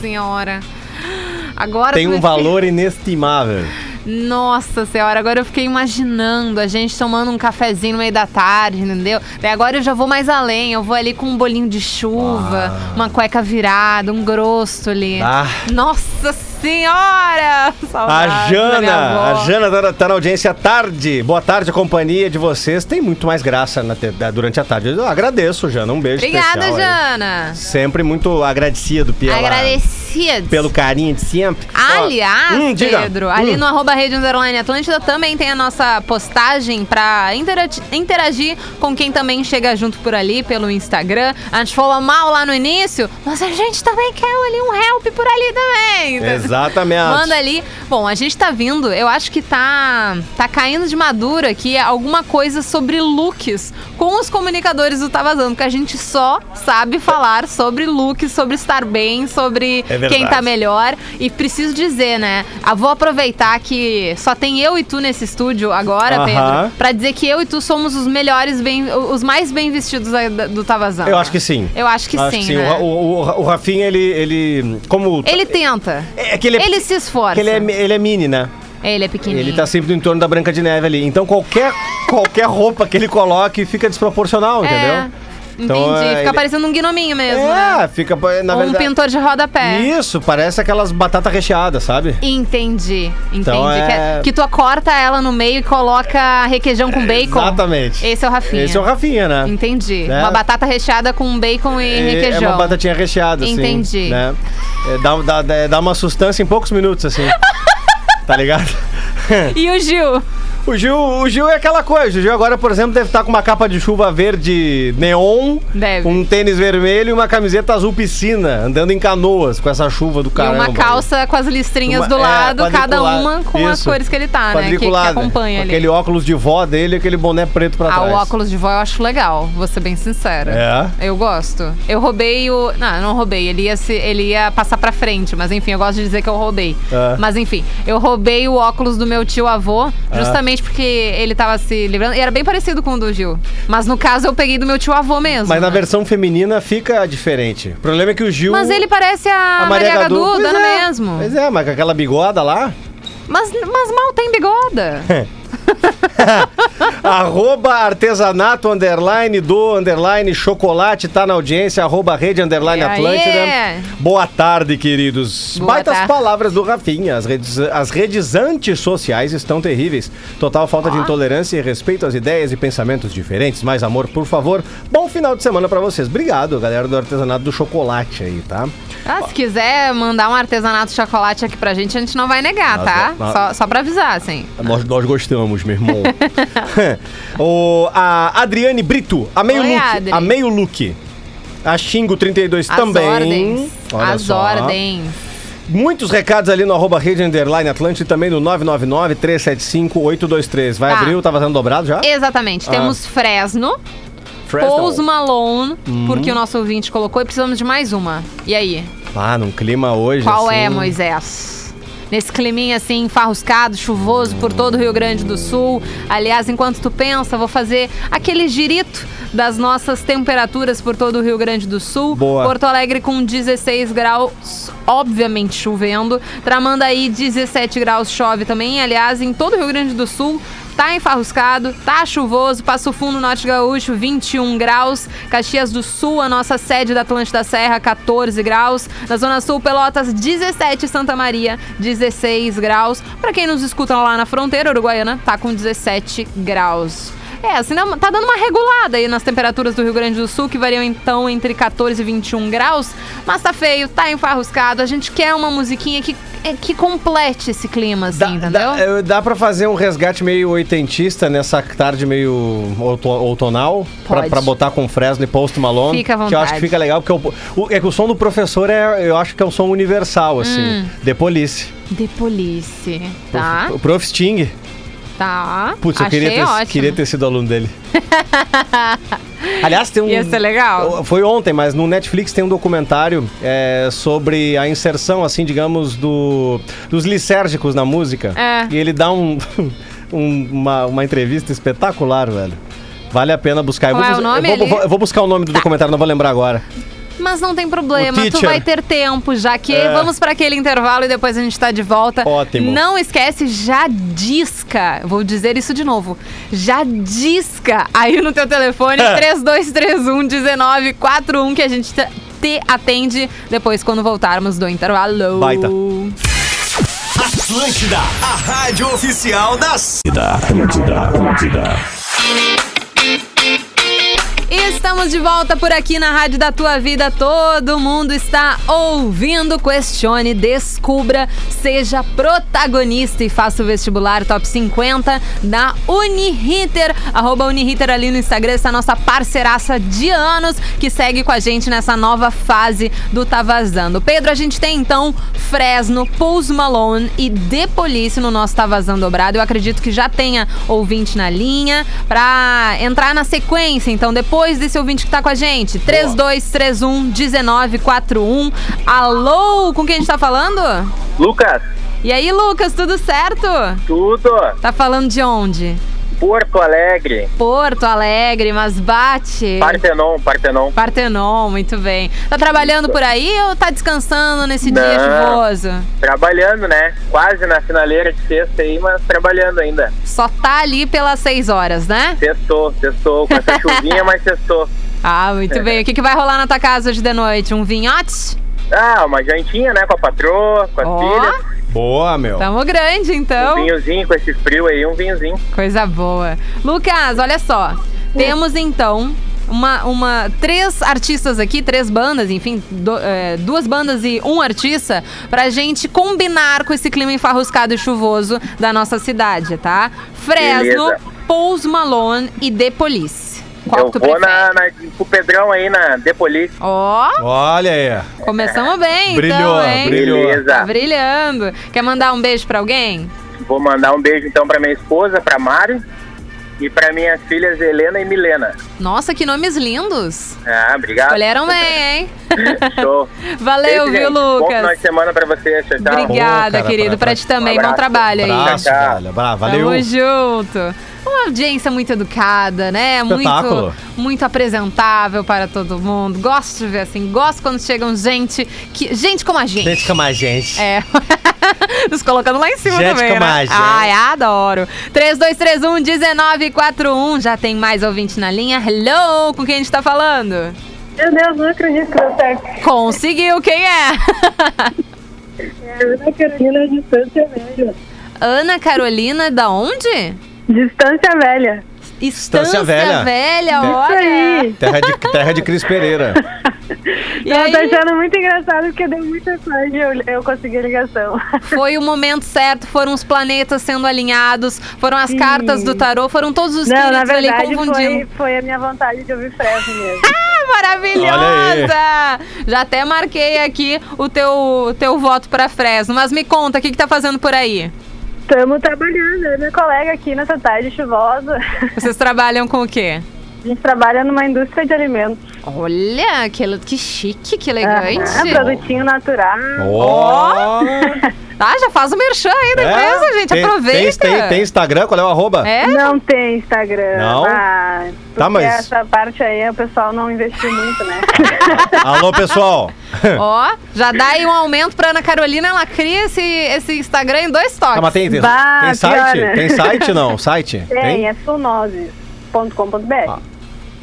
Speaker 5: senhora. Agora
Speaker 6: tem
Speaker 5: tu me
Speaker 6: um valor inestimável.
Speaker 5: Nossa senhora, agora eu fiquei imaginando a gente tomando um cafezinho no meio da tarde, entendeu? Daí agora eu já vou mais além, eu vou ali com um bolinho de chuva, uma cueca virada, um grosso ali.
Speaker 6: Ah.
Speaker 5: Nossa senhora. senhora!
Speaker 6: A
Speaker 5: Saudades da minha
Speaker 6: Jana, a
Speaker 5: avó.
Speaker 6: Jana tá na, tá na audiência à tarde. Boa tarde, a companhia de vocês. Tem muito mais graça na te- da- durante a tarde. Eu agradeço, Jana. Um beijo
Speaker 5: Obrigada,
Speaker 6: especial. aí.
Speaker 5: Jana.
Speaker 6: Sempre muito agradecido pela,
Speaker 5: Agradecidos.
Speaker 6: pelo carinho de sempre. Ó,
Speaker 5: Aliás,
Speaker 6: hum, diga.
Speaker 5: Pedro, ali
Speaker 6: Hum.
Speaker 5: no arroba Rede Underline Atlântida também tem a nossa postagem pra interati- interagir com quem também chega junto por ali, pelo Instagram. A gente falou mal lá no início, mas a gente também quer ali um help por ali também.
Speaker 6: Exatamente.
Speaker 5: Manda ali. Bom, a gente tá vindo, eu acho que tá tá caindo de madura aqui alguma coisa sobre looks com os comunicadores do Tá Vazando, que a gente só sabe falar sobre looks, sobre estar bem, sobre
Speaker 6: É verdade.
Speaker 5: quem tá melhor. E preciso dizer, né? ah, vou aproveitar que só tem eu e tu nesse estúdio agora,
Speaker 6: Aham.
Speaker 5: Pedro, pra dizer que eu e tu somos os melhores, bem, os mais bem vestidos aí da- do Tá Vazando.
Speaker 6: Eu acho que sim.
Speaker 5: Eu acho que
Speaker 6: Acho
Speaker 5: sim,
Speaker 6: que
Speaker 5: né?
Speaker 6: O, o, o Rafinha, ele. ele como.
Speaker 5: Ele tenta.
Speaker 6: É que ele, é-
Speaker 5: Ele se esforça.
Speaker 6: que ele, é, ele é mini, né?
Speaker 5: Ele é pequenininho.
Speaker 6: Ele tá sempre no entorno da Branca de Neve ali. Então qualquer, qualquer roupa que ele coloque fica desproporcional,
Speaker 5: É,
Speaker 6: entendeu? Então,
Speaker 5: entendi.
Speaker 6: é,
Speaker 5: Fica
Speaker 6: ele-
Speaker 5: parecendo um gnominho mesmo,
Speaker 6: É,
Speaker 5: né?
Speaker 6: fica. Na
Speaker 5: Ou um
Speaker 6: verdade.
Speaker 5: pintor é. de rodapé.
Speaker 6: Isso, parece aquelas batatas recheadas, sabe?
Speaker 5: Entendi, entendi.
Speaker 6: Então,
Speaker 5: que,
Speaker 6: é-
Speaker 5: que tu corta ela no meio e coloca requeijão com bacon.
Speaker 6: Exatamente.
Speaker 5: Esse é o Rafinha.
Speaker 6: Esse é o Rafinha, né?
Speaker 5: Entendi.
Speaker 6: É.
Speaker 5: Uma batata recheada com bacon e,
Speaker 6: É, é
Speaker 5: requeijão.
Speaker 6: uma batatinha recheada, assim.
Speaker 5: Entendi.
Speaker 6: Né? É, dá, dá- dá, dá uma sustância em poucos minutos, assim. tá ligado?
Speaker 5: E o Gil?
Speaker 6: O Gil, o Gil é aquela coisa. O Gil agora, por exemplo, deve estar com uma capa de chuva verde neon,
Speaker 5: Deve.
Speaker 6: um tênis vermelho e uma camiseta azul piscina, andando em canoas com essa chuva do caramba.
Speaker 5: e uma calça com as listrinhas
Speaker 6: Uma-
Speaker 5: do
Speaker 6: é,
Speaker 5: lado, cada
Speaker 6: quadriculada.
Speaker 5: uma com as
Speaker 6: Isso.
Speaker 5: cores que ele tá, né? Que, que
Speaker 6: Quadriculada.
Speaker 5: acompanha ali.
Speaker 6: Aquele óculos de vó dele, aquele boné preto pra
Speaker 5: Ah,
Speaker 6: trás.
Speaker 5: o óculos de vó eu acho legal, vou ser bem sincera.
Speaker 6: É?
Speaker 5: Eu gosto. Eu roubei o. Não, eu não roubei. Ele ia, se... ele ia passar pra frente, mas enfim, eu gosto de dizer que eu roubei.
Speaker 6: É.
Speaker 5: Mas enfim, eu roubei o óculos do meu tio avô,
Speaker 6: É.
Speaker 5: justamente porque ele tava se livrando. E era bem parecido com o do Gil. Mas no caso, eu peguei do meu tio avô mesmo.
Speaker 6: Mas na
Speaker 5: né?
Speaker 6: versão feminina fica diferente. O problema é que o Gil.
Speaker 5: Mas ele parece a, Ah, Maria, Gadu,
Speaker 6: Pois
Speaker 5: dando
Speaker 6: é.
Speaker 5: mesmo.
Speaker 6: Pois é, mas com aquela bigoda lá.
Speaker 5: Mas, mas mal tem bigoda.
Speaker 6: arroba artesanato underline do underline chocolate tá na audiência. Arroba rede underline
Speaker 5: E aí?
Speaker 6: Atlântida. Boa tarde, queridos.
Speaker 5: Boa
Speaker 6: Baitas
Speaker 5: tarde.
Speaker 6: palavras do Rafinha. As redes, as redes antissociais estão terríveis. Total falta de intolerância e respeito às ideias e pensamentos diferentes. Mais amor, por favor. Bom final de semana pra vocês. Obrigado, galera do artesanato do chocolate aí, tá?
Speaker 5: Ah, se quiser mandar um artesanato de chocolate aqui pra gente, a gente não vai negar,
Speaker 6: Nós
Speaker 5: tá?
Speaker 6: go- nós-
Speaker 5: Só, só pra avisar, assim.
Speaker 6: Nós, nós gostamos, meu irmão. o, a Adriane Brito, a meio
Speaker 5: Oi,
Speaker 6: look.
Speaker 5: Adri.
Speaker 6: A meio look. A Xingo 32 também.
Speaker 5: As ordens.
Speaker 6: Olha
Speaker 5: As
Speaker 6: só.
Speaker 5: ordens.
Speaker 6: Muitos recados ali no arroba rede underline Atlântico e também no 999-375-823. Vai
Speaker 5: Tá.
Speaker 6: abrir o Tá Vazando Dobrado já?
Speaker 5: Exatamente.
Speaker 6: Ah.
Speaker 5: Temos Fresno,
Speaker 6: Fresno. Hum.
Speaker 5: Pose Malone, porque o nosso ouvinte colocou e precisamos de mais uma. E aí?
Speaker 6: Ah, num clima hoje
Speaker 5: Qual é,
Speaker 6: assim.
Speaker 5: Moisés? Nesse climinha assim, enfarruscado, chuvoso por todo o Rio Grande do Sul. Aliás, enquanto tu pensa, vou fazer aquele girito das nossas temperaturas por todo o Rio Grande do Sul.
Speaker 6: Boa.
Speaker 5: Porto Alegre com 16 graus, obviamente chovendo. Tramandaí, 17 graus, chove também. Aliás, em todo o Rio Grande do Sul. Tá enfarruscado, tá chuvoso, Passo Fundo, Norte Gaúcho, 21 graus. Caxias do Sul, a nossa sede da Atlântida Serra, 14 graus. Na Zona Sul, Pelotas, 17. Santa Maria, 16 graus. Pra quem nos escuta lá na fronteira uruguaiana, tá com 17 graus. É, assim, dá- tá dando uma regulada aí nas temperaturas do Rio Grande do Sul, que variam então entre 14 e 21 graus. Mas tá feio, tá enfarruscado. A gente quer uma musiquinha que, é, que complete esse clima, assim,
Speaker 6: Dá,
Speaker 5: entendeu?
Speaker 6: dá, eu- dá pra fazer um resgate meio oitentista nessa tarde meio outo- outonal? Pra,
Speaker 5: Pode.
Speaker 6: pra botar com Fresno e Post Malone.
Speaker 5: Fica à
Speaker 6: Que eu acho
Speaker 5: vontade.
Speaker 6: que fica legal, porque o, o- é que o som do professor é, eu acho que é um som universal, assim. The Police.
Speaker 5: The Police. Hum. Tá,
Speaker 6: O Prof Sting.
Speaker 5: tá.
Speaker 6: Putz, eu
Speaker 5: Achei
Speaker 6: queria ter,
Speaker 5: ótimo.
Speaker 6: queria ter sido aluno dele. Aliás, tem um.
Speaker 5: Ia ser legal.
Speaker 6: Foi ontem, mas no Netflix tem um documentário é, sobre a inserção, assim, digamos, do, dos lisérgicos na música.
Speaker 5: É.
Speaker 6: E ele dá um, um- uma, uma entrevista espetacular, velho. Vale a pena buscar. Eu
Speaker 5: Qual é
Speaker 6: bus-
Speaker 5: o nome
Speaker 6: eu vou,
Speaker 5: ali? Tá.
Speaker 6: vou- eu vou buscar o nome do documentário, não vou lembrar agora.
Speaker 5: Mas não tem problema,
Speaker 6: O
Speaker 5: tu
Speaker 6: teacher.
Speaker 5: vai ter tempo, já que
Speaker 6: É.
Speaker 5: vamos para aquele intervalo e depois a gente tá de volta.
Speaker 6: Ótimo.
Speaker 5: Não esquece, já disca. Vou dizer isso de novo. Já disca aí no teu telefone
Speaker 6: É.
Speaker 5: 3231 1941 que a gente te- te atende depois quando voltarmos do intervalo.
Speaker 6: Baita.
Speaker 2: Atlântida, a rádio oficial das.
Speaker 5: Estamos de volta por aqui na Rádio da Tua Vida. Todo mundo está ouvindo. Questione, descubra, seja protagonista e faça o vestibular top 50 da Uniriter. Arroba Uniriter ali no Instagram, essa é nossa parceiraça de anos que segue com a gente nessa nova fase do Tá Vazando. Pedro, a gente tem então Fresno, Pulse Malone e The Police no nosso Tá Vazando Dobrado. Eu acredito que já tenha ouvinte na linha pra entrar na sequência. Então, depois desse ouvinte que tá com a gente, 3231 1941. Alô, com quem a gente tá falando?
Speaker 7: Lucas,
Speaker 5: E aí, Lucas, tudo certo?
Speaker 7: tudo?
Speaker 5: Tá falando de onde?
Speaker 7: Porto Alegre.
Speaker 5: Porto Alegre, mas bate.
Speaker 7: Partenon, Partenon.
Speaker 5: Partenon, muito bem. Tá trabalhando por aí ou tá descansando nesse dia
Speaker 7: Não.
Speaker 5: chuvoso?
Speaker 7: Trabalhando, né? Quase na finaleira de sexta aí, mas trabalhando ainda.
Speaker 5: Só tá ali pelas seis horas, né?
Speaker 7: Sextou, sextou. Com essa chuvinha, mas sextou.
Speaker 5: Ah,
Speaker 7: É.
Speaker 5: muito bem. O que, que vai rolar na tua casa hoje de noite? Um vinhote?
Speaker 7: Ah, uma jantinha, né? Com a patroa, com as
Speaker 5: Ó.
Speaker 7: filhas.
Speaker 6: Boa, meu.
Speaker 5: Tamo grande,
Speaker 7: Um
Speaker 5: então.
Speaker 7: vinhozinho com esse frio aí, um vinhozinho.
Speaker 5: Coisa boa. Lucas, olha só. Temos então uma, uma três artistas aqui, três bandas, enfim, do- é, duas bandas e um artista, pra gente combinar com esse clima enfarruscado e chuvoso da nossa cidade, tá? Fresno,
Speaker 7: Beleza.
Speaker 5: Pous Malone e The Police. Qual
Speaker 7: Eu
Speaker 5: que tu
Speaker 7: vou na,
Speaker 5: prefere?
Speaker 7: na, com o Pedrão aí na The Police.
Speaker 5: Ó,
Speaker 6: Olha aí.
Speaker 5: começamos bem,
Speaker 6: Brilhou,
Speaker 5: então, hein?
Speaker 6: brilhou.
Speaker 5: Tá
Speaker 7: Beleza.
Speaker 5: brilhando. Quer mandar um beijo pra alguém?
Speaker 7: Vou mandar um beijo então pra minha esposa, pra Mari. E pra minhas filhas Helena e Milena.
Speaker 5: Nossa, que nomes lindos.
Speaker 7: Ah, obrigado.
Speaker 5: Escolheram bem, hein?
Speaker 7: Show.
Speaker 5: Valeu, viu,
Speaker 7: Beijo, gente. Bom final
Speaker 5: Lucas?
Speaker 7: de semana pra você. Tchau, tchau.
Speaker 5: Obrigada,
Speaker 6: Boa, cara,
Speaker 5: querido.
Speaker 6: pra-
Speaker 5: Pra, ti também.
Speaker 7: abraço.
Speaker 5: Bom trabalho aí.
Speaker 6: Abraço,
Speaker 7: Tchau.
Speaker 6: velho. Bra- Valeu.
Speaker 5: Tamo junto. Uma audiência muito educada, né? Muito,
Speaker 6: Espetáculo.
Speaker 5: muito apresentável para todo mundo. Gosto de ver assim. Gosto quando chegam gente que gente como a gente.
Speaker 6: Gente como a gente.
Speaker 5: É. Nos colocando lá em cima
Speaker 6: Gente
Speaker 5: também.
Speaker 6: como a
Speaker 5: Né?
Speaker 6: gente.
Speaker 5: Ai, adoro. 3231-1941. Já tem mais ouvinte na linha. Hello, com quem a gente tá falando?
Speaker 8: Meu Deus, não acredito que deu certo.
Speaker 5: Conseguiu, quem é?
Speaker 8: É Ana Carolina, distância velha.
Speaker 5: Ana Carolina, da onde?
Speaker 8: Distância velha.
Speaker 5: Estância
Speaker 6: Estância
Speaker 5: Velha.
Speaker 6: Velha.
Speaker 5: olha.
Speaker 8: Isso aí.
Speaker 6: Terra, de, terra de Cris Pereira.
Speaker 5: E
Speaker 8: eu tô
Speaker 5: aí?
Speaker 8: achando muito engraçado porque deu muita sorte e eu, eu consegui a ligação.
Speaker 5: Foi o momento certo, foram os planetas sendo alinhados, foram as cartas do tarô, foram todos os
Speaker 8: Não, na
Speaker 5: espíritos ali
Speaker 8: verdade foi,
Speaker 5: confundindo.
Speaker 8: foi a minha vontade de ouvir Fresno mesmo.
Speaker 5: Ah, maravilhosa! Já até marquei aqui o teu, teu voto pra Fresno. Mas me conta, o que, que tá fazendo por aí?
Speaker 8: Estamos trabalhando, eu e minha colega aqui nessa tarde chuvosa.
Speaker 5: Vocês trabalham com o quê?
Speaker 8: A gente trabalha numa indústria de alimentos.
Speaker 5: Olha, que, le- que chique, que
Speaker 8: Ah,
Speaker 5: elegante.
Speaker 8: produtinho natural.
Speaker 6: Ó. é?
Speaker 5: Ah, já faz o merchan aí da empresa, gente.
Speaker 6: tem-
Speaker 5: Aproveita.
Speaker 6: Tem, tem, tem Instagram? Qual é o arroba?
Speaker 5: É?
Speaker 8: Não tem Instagram.
Speaker 6: Não?
Speaker 8: Ah,
Speaker 6: Tá,
Speaker 8: porque
Speaker 6: mas-
Speaker 8: Essa parte aí o pessoal não investiu muito, né?
Speaker 6: Alô, pessoal.
Speaker 5: Ó, já dá aí um aumento pra Ana Carolina, ela cria esse, esse Instagram em dois toques.
Speaker 6: Ah, mas tem, tem,
Speaker 8: Bah,
Speaker 6: tem site?
Speaker 8: pior, né?
Speaker 6: Tem site não? Site?
Speaker 8: Tem, é sunoses.com.br.
Speaker 6: Ah.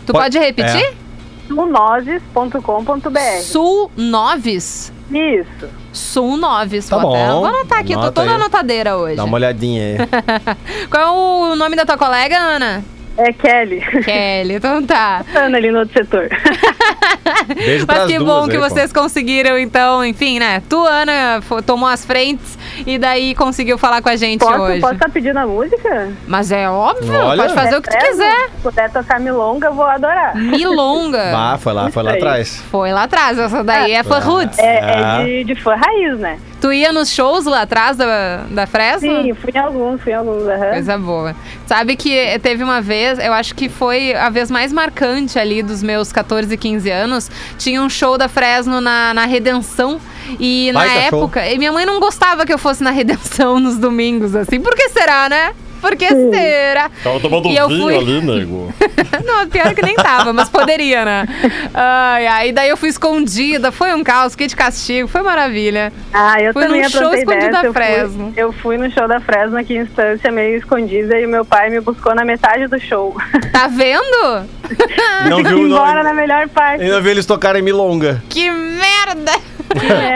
Speaker 5: tu
Speaker 6: po-
Speaker 5: pode repetir?
Speaker 6: É.
Speaker 8: sunoses.com.br.
Speaker 5: Sul Noves.
Speaker 8: Isso.
Speaker 5: Sul Noves.
Speaker 6: Tá
Speaker 5: vou, até-
Speaker 6: bom.
Speaker 5: vou anotar aqui, eu tô
Speaker 6: Anota
Speaker 5: toda
Speaker 6: aí.
Speaker 5: anotadeira hoje.
Speaker 6: Dá uma olhadinha aí.
Speaker 5: Qual é o nome da tua colega, Ana?
Speaker 8: É Kelly.
Speaker 5: Kelly, então tá.
Speaker 8: Ana ali no outro setor.
Speaker 6: Beijo
Speaker 5: Mas
Speaker 6: pras
Speaker 5: que
Speaker 6: duas
Speaker 5: bom
Speaker 6: aí,
Speaker 5: que
Speaker 6: pô.
Speaker 5: vocês conseguiram, então, enfim, né? Tu, Ana, fo- tomou as frentes e daí conseguiu falar com a gente
Speaker 8: Posso
Speaker 5: hoje.
Speaker 8: posso estar pedindo a música?
Speaker 5: Mas é óbvio,
Speaker 6: Olha.
Speaker 5: pode fazer o que tu
Speaker 8: Fresno?
Speaker 5: quiser.
Speaker 8: Se puder tocar milonga, eu vou adorar.
Speaker 5: Milonga.
Speaker 6: Bah, foi lá, foi lá
Speaker 5: É
Speaker 8: Isso aí.
Speaker 6: atrás.
Speaker 5: Foi lá atrás, essa daí é fã roots.
Speaker 8: É,
Speaker 6: Ah.
Speaker 8: é de, de fã raiz, né?
Speaker 5: Tu ia nos shows lá atrás da, da Fresno?
Speaker 8: Sim, fui em alguns, fui em alguns. aham.
Speaker 5: Coisa boa. Sabe que eh, teve uma vez, eu acho que foi a vez mais marcante ali dos meus 14, e 15 anos. Tinha um show da Fresno na, na Redenção. E na
Speaker 6: Baita show.
Speaker 5: época, e minha mãe não gostava que eu fosse na Redenção nos domingos, assim. Por que será, né? Por que será?
Speaker 9: Tava tomando
Speaker 5: E eu
Speaker 9: um vinho
Speaker 5: fui-
Speaker 9: ali, nego.
Speaker 5: Não, pior que nem tava, mas poderia, né? Ai, ai, daí eu fui escondida, foi um caos, fiquei de castigo, foi maravilha.
Speaker 8: Ah, eu
Speaker 5: Fui
Speaker 8: também
Speaker 5: num show
Speaker 8: aprontei
Speaker 5: escondido
Speaker 8: dessa.
Speaker 5: da
Speaker 8: eu,
Speaker 5: Fresno.
Speaker 8: fui, eu fui no show da Fresno aqui em Instância, meio escondida, e meu pai me buscou na metade do show.
Speaker 5: Tá vendo?
Speaker 6: Não
Speaker 8: Tive que
Speaker 6: viu
Speaker 8: ir
Speaker 6: o nome.
Speaker 8: embora na melhor parte.
Speaker 6: Ainda vi eles tocarem milonga.
Speaker 5: Que merda!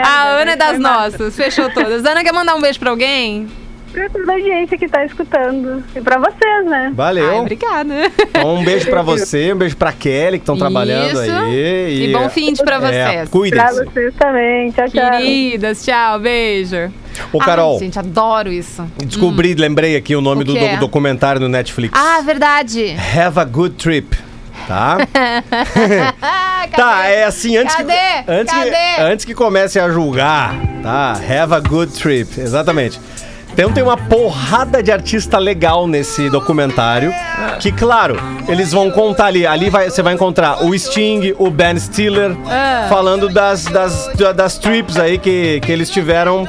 Speaker 5: A Ana é das
Speaker 8: foi
Speaker 5: nossas. Fechou todas. Ana, quer mandar um beijo pra alguém?
Speaker 8: Pra toda a gente que tá escutando. E pra vocês, né?
Speaker 5: Ai,
Speaker 6: Valeu.
Speaker 5: obrigada.
Speaker 6: Então, um beijo pra você, um beijo pra Kelly, que estão trabalhando
Speaker 5: Isso.
Speaker 6: aí.
Speaker 5: E, bom fim de pra
Speaker 6: É,
Speaker 5: vocês.
Speaker 8: Pra
Speaker 6: Cuidem-se.
Speaker 8: vocês também. Tchau, tchau.
Speaker 5: Queridas, tchau, beijo.
Speaker 6: Ô, Carol,
Speaker 5: Ai, gente, adoro isso.
Speaker 6: descobri, lembrei aqui o nome
Speaker 5: Hum. O
Speaker 6: do
Speaker 5: quê?
Speaker 6: do- documentário no Netflix.
Speaker 5: Ah, verdade.
Speaker 6: Have a good trip. Tá?
Speaker 5: Ah,
Speaker 6: tá,
Speaker 5: cadê?
Speaker 6: é assim, antes
Speaker 5: Cadê?
Speaker 6: que. Antes, Que,
Speaker 5: Cadê?
Speaker 6: antes que comece a julgar, tá? Have a good trip. Exatamente. Então tem uma porrada de artista legal nesse documentário. Que, claro, eles vão contar ali. Ali vai- você vai encontrar o Sting, o Ben Stiller,
Speaker 5: Ah.
Speaker 6: falando das, das, da- das trips aí que, que eles tiveram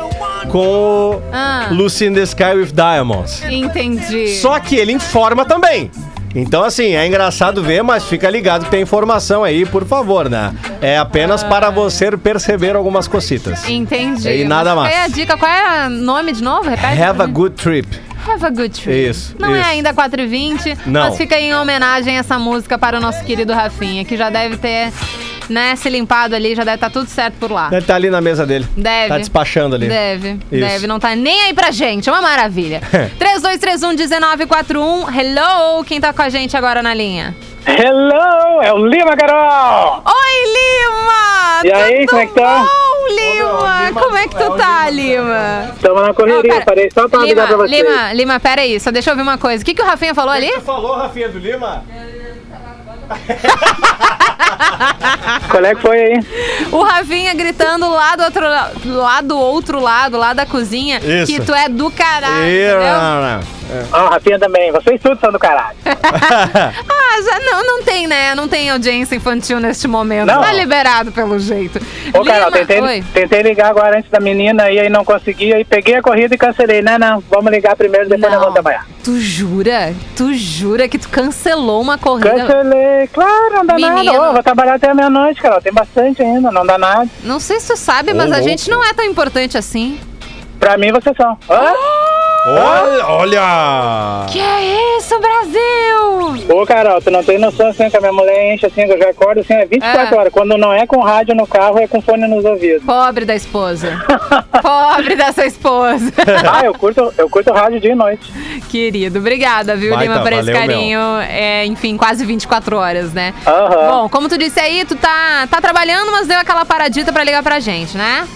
Speaker 6: com o
Speaker 5: Ah.
Speaker 6: Lucy in the Sky with Diamonds.
Speaker 5: Entendi.
Speaker 6: Só que ele informa também. Então, assim, é engraçado ver, mas fica ligado que tem informação aí, por favor, né? É apenas para você perceber algumas cocitas.
Speaker 5: Entendi.
Speaker 6: E nada
Speaker 5: Mas Qual é a
Speaker 6: mais.
Speaker 5: dica? Qual é o nome de novo? Repete. pra
Speaker 6: Have a
Speaker 5: mim.
Speaker 6: good trip.
Speaker 5: Have a good trip.
Speaker 6: Isso,
Speaker 5: Não
Speaker 6: isso.
Speaker 5: é ainda 4h20,
Speaker 6: Não.
Speaker 5: mas fica em homenagem essa música para o nosso querido Rafinha, que já deve ter né, se limpado ali, já deve estar tudo certo por lá.
Speaker 6: Ele tá ali na mesa dele.
Speaker 5: Deve.
Speaker 6: Tá despachando ali.
Speaker 5: Deve, deve.
Speaker 6: Isso.
Speaker 5: Não tá nem aí pra gente. É uma maravilha. 3231-1941. Hello, quem tá com a gente agora na linha?
Speaker 7: Hello, é o Lima, Carol!
Speaker 5: Oi, Lima!
Speaker 7: E aí,
Speaker 5: Tudo
Speaker 7: como é que tá?
Speaker 5: bom, Lima? como é que tu tá, Lima?
Speaker 7: Estamos na
Speaker 5: Não,
Speaker 7: correria,
Speaker 5: pera.
Speaker 7: parei só pra avisar pra
Speaker 5: Lima,
Speaker 7: vocês.
Speaker 5: Lima, Lima, pera aí, só deixa eu ouvir uma coisa. O que, que o Rafinha falou ali?
Speaker 6: falou, Rafinha do Lima?
Speaker 7: Qual é que foi aí?
Speaker 5: O Rafinha gritando lá do outro, la- lá do outro lado, lá da cozinha,
Speaker 6: Isso.
Speaker 5: que tu é do caralho, entendeu?
Speaker 7: Ah, o Rafinha também. Vocês todos são do caralho.
Speaker 5: Ah, já não, não tem, né? Não tem audiência infantil neste momento.
Speaker 7: Não.
Speaker 5: Tá liberado pelo jeito.
Speaker 7: Ô, Carol,
Speaker 5: Lima-
Speaker 7: tentei,
Speaker 5: Oi.
Speaker 7: tentei ligar agora antes da menina e aí não consegui. Aí peguei a corrida e cancelei. Não, não, vamos ligar primeiro, depois nós vamos trabalhar.
Speaker 5: tu jura? Tu jura que tu cancelou uma corrida?
Speaker 7: Cancelei, claro, não dá
Speaker 5: Menino.
Speaker 7: nada. Ô, vou trabalhar até a meia-noite, Carol. Tem bastante ainda, não dá nada.
Speaker 5: Não sei se tu sabe,
Speaker 6: Ô,
Speaker 5: mas a
Speaker 6: louco.
Speaker 5: gente não é tão importante assim.
Speaker 7: Pra mim, vocês são. Hã?
Speaker 6: Olha! olha.
Speaker 5: Que é isso, Brasil?
Speaker 7: Ô, Carol, tu não tem noção assim que a minha mulher enche assim, que eu já acordo assim, é 24
Speaker 5: É.
Speaker 7: horas. Quando não é com rádio no carro, é com fone nos ouvidos.
Speaker 5: Pobre da esposa. Pobre dessa esposa.
Speaker 7: ah, eu curto, eu curto rádio dia e noite.
Speaker 5: Querido, obrigada, viu,
Speaker 6: Baita,
Speaker 5: Lima, por esse
Speaker 6: valeu,
Speaker 5: carinho. É, enfim, quase 24 horas, né?
Speaker 7: Aham.
Speaker 5: Bom, como tu disse aí, tu tá, tá trabalhando, mas deu aquela paradita pra ligar pra gente, né?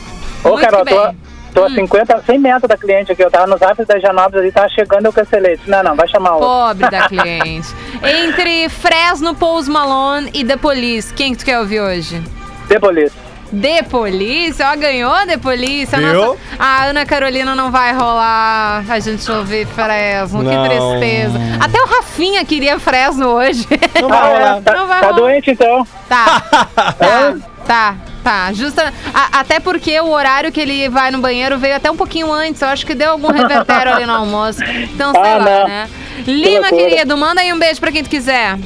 Speaker 7: Ô,
Speaker 5: muito
Speaker 7: Carol,
Speaker 5: bem. Hum.
Speaker 7: tô, a- tô a 50, 100 metros da cliente aqui. Eu tava nos rápidos da Janobis ali, tava chegando, eu cancelei. Disse, não, não, vai chamar outro.
Speaker 5: Pobre da cliente. Entre Fresno, Pous Malone e The Police, quem que tu quer ouvir hoje?
Speaker 7: The Police.
Speaker 5: The Police? Ó, ganhou The Police. A,
Speaker 6: Viu?
Speaker 5: nossa- a Ana Carolina não vai rolar a gente ouvir Fresno.
Speaker 6: Não.
Speaker 5: Que tristeza. Até o Rafinha queria Fresno hoje.
Speaker 6: Não
Speaker 7: Ah,
Speaker 6: vai
Speaker 7: é,
Speaker 6: rolar.
Speaker 7: tá,
Speaker 5: Não vai
Speaker 7: tá
Speaker 5: rolar.
Speaker 7: doente então?
Speaker 5: Tá, tá, tá, tá. Justa, a- até porque o horário que ele vai no banheiro veio até um pouquinho antes. Eu acho que deu algum revertério ali no almoço. Então, sei
Speaker 7: Ah,
Speaker 5: lá,
Speaker 7: não.
Speaker 5: né? Lima,
Speaker 7: loucura.
Speaker 5: querido, manda aí um beijo pra quem tu quiser.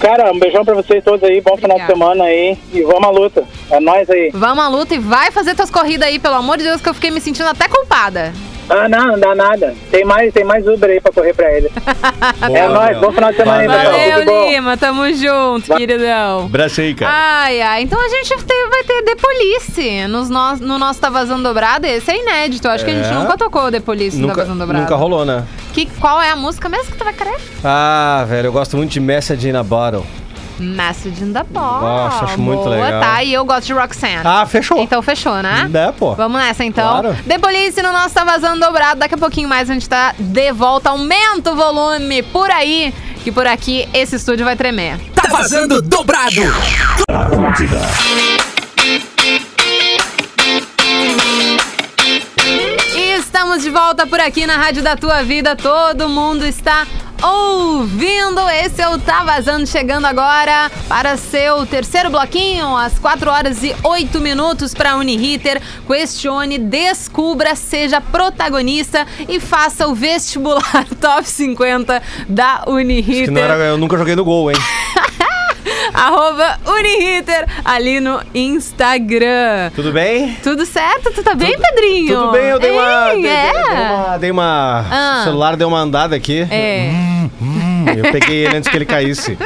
Speaker 7: Cara, um beijão pra vocês todos aí. Bom final
Speaker 5: Obrigada.
Speaker 7: de semana aí. E vamos à luta. É nóis aí.
Speaker 5: Vamos à luta e vai fazer tuas corridas aí, pelo amor de Deus, que eu fiquei me sentindo até culpada.
Speaker 7: Ah, não, não dá nada. Tem mais, tem mais Uber aí pra correr pra ele. é nóis, bom final de semana aí,
Speaker 6: Valeu.
Speaker 7: pessoal. Tudo
Speaker 5: Valeu,
Speaker 7: bom?
Speaker 5: Lima. Tamo junto, queridão.
Speaker 6: Abraço aí, cara.
Speaker 5: Ai, ai. Então a gente tem- vai ter The Police nos no, no nosso Tá Vazando Dobrado. Esse é inédito. Acho que a gente
Speaker 6: É.
Speaker 5: nunca tocou The Police no Tá
Speaker 6: Nunca,
Speaker 5: Vazando Dobrado.
Speaker 6: nunca rolou, né?
Speaker 5: Que, qual é a música mesmo que tu vai querer?
Speaker 6: Ah, velho, eu gosto muito de Message in a Bottle.
Speaker 5: Message in the Ball.
Speaker 6: Nossa, acho muito
Speaker 5: Boa,
Speaker 6: legal.
Speaker 5: tá. E eu gosto de Roxanne.
Speaker 6: Ah, fechou.
Speaker 5: Então fechou, né?
Speaker 6: É, pô.
Speaker 5: Vamos nessa, então.
Speaker 6: Claro.
Speaker 5: The Police no nosso Tá Vazando Dobrado. Daqui a pouquinho mais a gente tá de volta. Aumenta o volume por aí, que por aqui esse estúdio vai tremer.
Speaker 2: Tá vazando dobrado.
Speaker 5: E estamos de volta por aqui na Rádio da Tua Vida. Todo mundo está ouvindo. Esse é o Tá Vazando, chegando agora para seu terceiro bloquinho, às 4 horas e 8 minutos para a Uniriter. Questione, descubra, seja protagonista e faça o vestibular top 50 da
Speaker 6: Que não era-
Speaker 5: Uniriter.
Speaker 6: eu nunca joguei no gol, hein?
Speaker 5: Arroba Uniriter ali no Instagram.
Speaker 6: Tudo bem?
Speaker 5: Tudo certo? Tu tá bem, Pedrinho?
Speaker 6: Tudo bem, eu dei uma.
Speaker 5: Ei,
Speaker 6: dei,
Speaker 5: é.
Speaker 6: dei uma. Dei uma
Speaker 5: Ah.
Speaker 6: O celular deu uma andada aqui.
Speaker 5: É.
Speaker 6: Hum, eu peguei ele antes que ele caísse.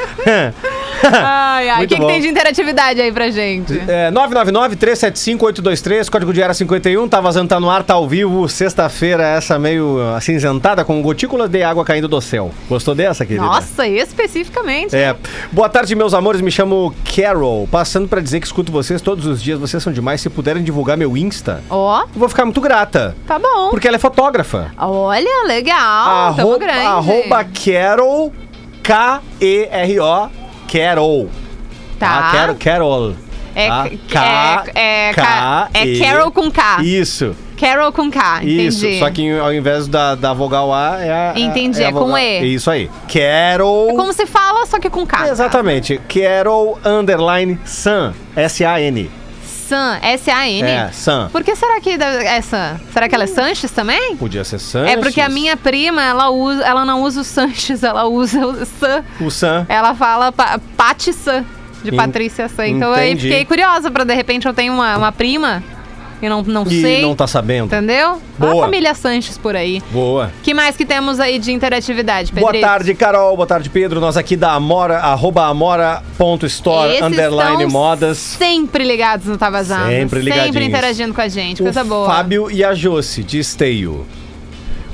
Speaker 5: Ai, ai. O
Speaker 6: Muito
Speaker 5: que, que
Speaker 6: bom.
Speaker 5: tem de interatividade aí pra gente?
Speaker 6: É, 999-375-823, código de área 51, tá vazando, tá no ar, tá ao vivo, sexta-feira, essa meio acinzentada, com gotículas de água caindo do céu. Gostou dessa, querida?
Speaker 5: Nossa, especificamente.
Speaker 6: É. Boa tarde, meus amores. Me chamo Carol. Passando pra dizer que escuto vocês todos os dias. Vocês são demais. Se puderem divulgar meu Insta,
Speaker 5: Ó,
Speaker 6: eu vou ficar muito grata.
Speaker 5: tá bom.
Speaker 6: Porque ela é fotógrafa.
Speaker 5: Olha, legal. Tamo
Speaker 6: arroba,
Speaker 5: grande.
Speaker 6: arroba Carol K-E-R-O Carol.
Speaker 5: Tá.
Speaker 6: Ah, Quero, Carol.
Speaker 5: É,
Speaker 6: tá?
Speaker 5: K- é, é, K- é
Speaker 6: E-
Speaker 5: Carol com K.
Speaker 6: Isso,
Speaker 5: Carol com K,
Speaker 6: isso.
Speaker 5: entendi.
Speaker 6: Só que ao invés da, da vogal A é a.
Speaker 5: Entendi,
Speaker 6: a
Speaker 5: é com
Speaker 6: vogal-
Speaker 5: E.
Speaker 6: Isso aí. Carol.
Speaker 5: É como se fala, só que com tá. K.
Speaker 6: Exatamente. Carol underline San. S-A-N.
Speaker 5: San, S-A-N.
Speaker 6: É, Hum. San.
Speaker 5: Por que será que deve- é San? Será que ela é Sanches também?
Speaker 6: Podia ser San.
Speaker 5: É porque a minha prima, ela, usa, ela não usa o Sanches, ela usa o San.
Speaker 6: O San.
Speaker 5: Ela fala pa Pati San, de
Speaker 6: En-
Speaker 5: Patrícia San. Então eu
Speaker 6: entendi.
Speaker 5: fiquei curiosa pra de repente eu tenho uma, uma prima e não, não
Speaker 6: E
Speaker 5: sei.
Speaker 6: não tá sabendo.
Speaker 5: Entendeu? Olha
Speaker 6: Boa.
Speaker 5: a família Sanches por aí.
Speaker 6: Boa.
Speaker 5: que mais que temos aí de interatividade, Pedro?
Speaker 6: Boa tarde, Carol. Boa tarde, Pedro. Nós aqui da Amora, arroba amora.store,
Speaker 5: Esses
Speaker 6: underline
Speaker 5: estão
Speaker 6: modas.
Speaker 5: Sempre ligados no Tá Vazando.
Speaker 6: Sempre
Speaker 5: Sempre
Speaker 6: ligadinhos.
Speaker 5: interagindo com a gente. Coisa
Speaker 6: o
Speaker 5: boa.
Speaker 6: Fábio e a Josi, de Esteio.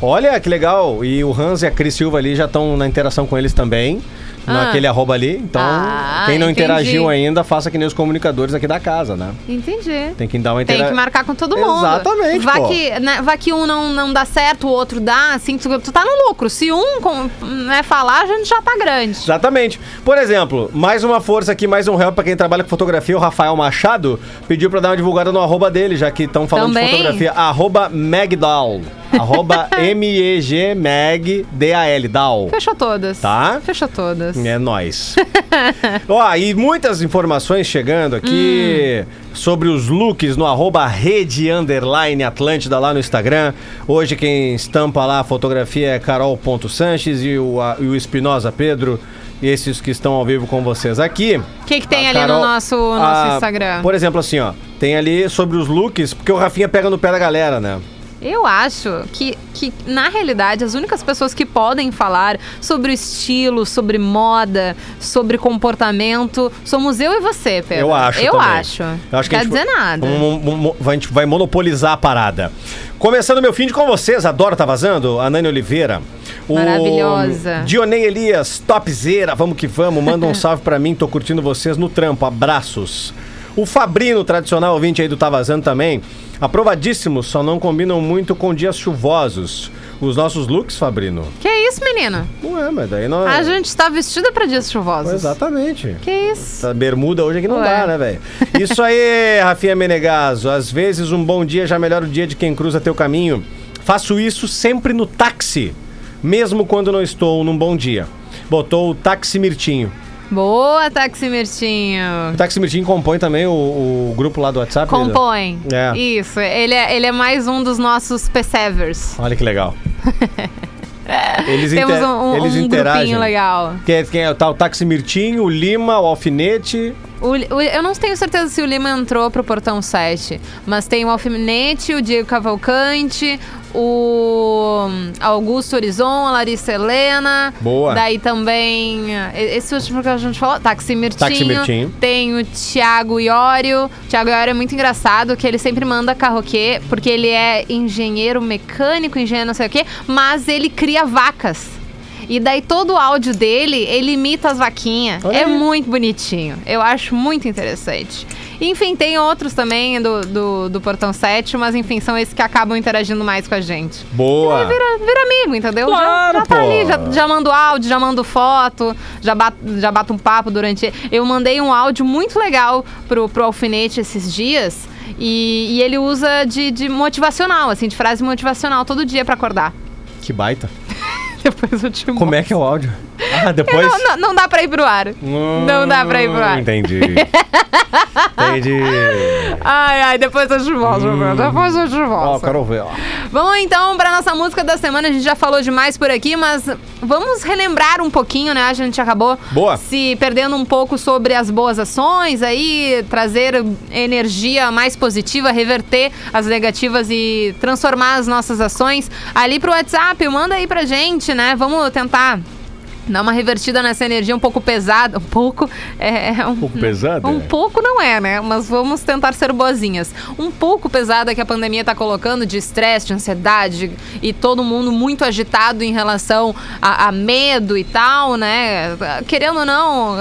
Speaker 6: Olha que legal. E o Hans e a Cris Silva ali já estão na interação com eles também.
Speaker 5: Ah.
Speaker 6: Naquele arroba ali. Então,
Speaker 5: Ah,
Speaker 6: quem não
Speaker 5: entendi.
Speaker 6: interagiu ainda, faça que nem os comunicadores aqui da casa, né?
Speaker 5: Entendi.
Speaker 6: Tem que dar uma
Speaker 5: Tem
Speaker 6: interação.
Speaker 5: que marcar com todo mundo.
Speaker 6: Exatamente,
Speaker 5: Vá
Speaker 6: pô.
Speaker 5: que, né, vá que um não, não dá certo, o outro dá, assim, tu, tu tá no lucro. Se um com, né, falar, a gente já tá grande.
Speaker 6: Exatamente. Por exemplo, mais uma força aqui, mais um help pra quem trabalha com fotografia. O Rafael Machado pediu pra dar uma divulgada no arroba dele, já que estão falando
Speaker 5: Também?
Speaker 6: de fotografia. Arroba Magdal. Arroba M-E-G Mag D-A-L. Dal.
Speaker 5: Fechou todas.
Speaker 6: Tá.
Speaker 5: Fechou todas.
Speaker 6: É nóis. Ó, e muitas informações chegando
Speaker 5: Hum.
Speaker 6: aqui sobre os looks no arroba rede underline Atlântida lá no Instagram. Hoje quem estampa lá a fotografia é carol.sanches e o, a- e o Espinosa Pedro. Esses que estão ao vivo com vocês aqui.
Speaker 5: O que, que tem
Speaker 6: A
Speaker 5: ali
Speaker 6: Ah, Carol-
Speaker 5: no nosso, nosso
Speaker 6: a-
Speaker 5: Instagram?
Speaker 6: Por exemplo, assim, ó. Tem ali sobre os looks, porque o Rafinha pega no pé da galera, né?
Speaker 5: Eu acho que, que, na realidade, as únicas pessoas que podem falar sobre o estilo, sobre moda, sobre comportamento, somos eu e você, Pedro.
Speaker 6: Eu acho.
Speaker 5: Eu
Speaker 6: também.
Speaker 5: acho.
Speaker 6: Eu acho que
Speaker 5: Não quer
Speaker 6: a gente
Speaker 5: dizer
Speaker 6: vai-
Speaker 5: nada.
Speaker 6: um- um- um- a gente vai monopolizar a parada. Começando meu fim de com vocês, adoro tá vazando. A Nani Oliveira. O
Speaker 5: Maravilhosa.
Speaker 6: Dionei Elias, topzera, vamos que vamos. Manda um salve pra mim, tô curtindo vocês no trampo. Abraços. O Fabrino, tradicional ouvinte aí do Tá Vazando também. Aprovadíssimos, só não combinam muito com dias chuvosos. Os nossos looks, Fabrino?
Speaker 5: Que isso, menino?
Speaker 6: Não é, mas daí não
Speaker 5: A gente tá vestida pra dias chuvosos.
Speaker 6: Exatamente.
Speaker 5: Que isso?
Speaker 6: Essa bermuda hoje aqui não
Speaker 5: Ué.
Speaker 6: dá, né, velho? Isso aí, Rafinha Menegaso. Às vezes um bom dia já melhora o dia de quem cruza teu caminho. Faço isso sempre no táxi, mesmo quando não estou num bom dia. Botou o Táxi Mirtinho.
Speaker 5: Boa, Táxi Mirtinho.
Speaker 6: O Táxi Mirtinho compõe também o, o grupo lá do WhatsApp. né?
Speaker 5: Compõe.
Speaker 6: É.
Speaker 5: Isso. Ele é, ele é mais um dos nossos persevers.
Speaker 6: Olha que legal. Eles,
Speaker 5: Temos
Speaker 6: inter-
Speaker 5: um, um,
Speaker 6: eles
Speaker 5: um
Speaker 6: interagem.
Speaker 5: grupinho legal.
Speaker 6: Quem é, quem é? Tá o Táxi Mirtinho, o Lima, o Alfinete.
Speaker 5: O- o- eu não tenho certeza se o Lima entrou pro portão 7, mas tem o Alfinete, o Diego Cavalcante, o Augusto Horizon, a Larissa Helena.
Speaker 6: Boa.
Speaker 5: Daí também. e- Esse último que a gente falou, Táxi Mirtinho.
Speaker 6: Táxi Mirtinho.
Speaker 5: Tem o Thiago Iório. O Thiago Iório é muito engraçado, que ele sempre manda carroquê, porque ele é engenheiro mecânico, engenheiro não sei o quê, mas ele cria vacas. E daí todo o áudio dele, ele imita as vaquinhas.
Speaker 6: Olha
Speaker 5: É
Speaker 6: aí.
Speaker 5: muito bonitinho. Eu acho muito interessante. Enfim, tem outros também do, do, do Portão 7, mas enfim, são esses que acabam interagindo mais com a gente.
Speaker 6: Boa.
Speaker 5: Vira, vira amigo, entendeu? Já-
Speaker 6: Ah. Claro,
Speaker 5: já, tá
Speaker 6: pô.
Speaker 5: ali, já, já mando áudio, já mando foto, já bato, já bato um papo durante. Eu mandei um áudio muito legal pro, pro alfinete esses dias. E, e ele usa de, de motivacional, assim, de frase motivacional todo dia pra acordar.
Speaker 6: Que baita.
Speaker 5: Depois eu te mostro.
Speaker 6: Como é que é o áudio? Ah, depois.
Speaker 5: Não, não, não dá pra ir pro ar. não dá pra ir pro ar.
Speaker 6: Entendi. Entendi.
Speaker 5: Ai, ai, depois eu te mostro,
Speaker 6: Hum.
Speaker 5: meu. Depois eu te
Speaker 6: Ó,
Speaker 5: mostro.
Speaker 6: quero ver, ó.
Speaker 5: Vamos então para nossa música da semana. A gente já falou demais por aqui, mas vamos relembrar um pouquinho, né? A gente acabou
Speaker 6: Boa.
Speaker 5: se perdendo um pouco sobre as boas ações, aí trazer energia mais positiva, reverter as negativas e transformar as nossas ações ali pro WhatsApp. Manda aí pra gente, né? Vamos tentar Dá uma revertida nessa energia um pouco pesada. Um pouco. É, é um,
Speaker 6: pouco pesada,
Speaker 5: Um
Speaker 6: é.
Speaker 5: pouco não é, né? Mas vamos tentar ser boazinhas. Um pouco pesada que a pandemia está colocando de estresse, de ansiedade e todo mundo muito agitado em relação a, a medo e tal, né? Querendo ou não,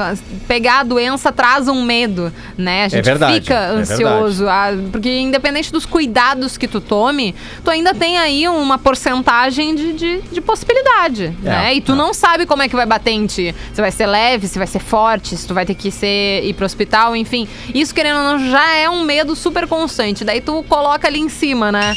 Speaker 5: pegar a doença traz um medo, né? A gente
Speaker 6: verdade,
Speaker 5: fica
Speaker 6: é
Speaker 5: ansioso. a- Ah, porque independente dos cuidados que tu tome, tu ainda tem aí uma porcentagem de, de, de possibilidade,
Speaker 6: É,
Speaker 5: né? E tu
Speaker 6: é.
Speaker 5: não sabe como é que vai bater em ti. Se vai ser leve, se vai ser forte, se tu vai ter que ser, ir pro hospital, enfim. Isso, querendo ou não, já é um medo super constante. Daí tu coloca ali em cima, né?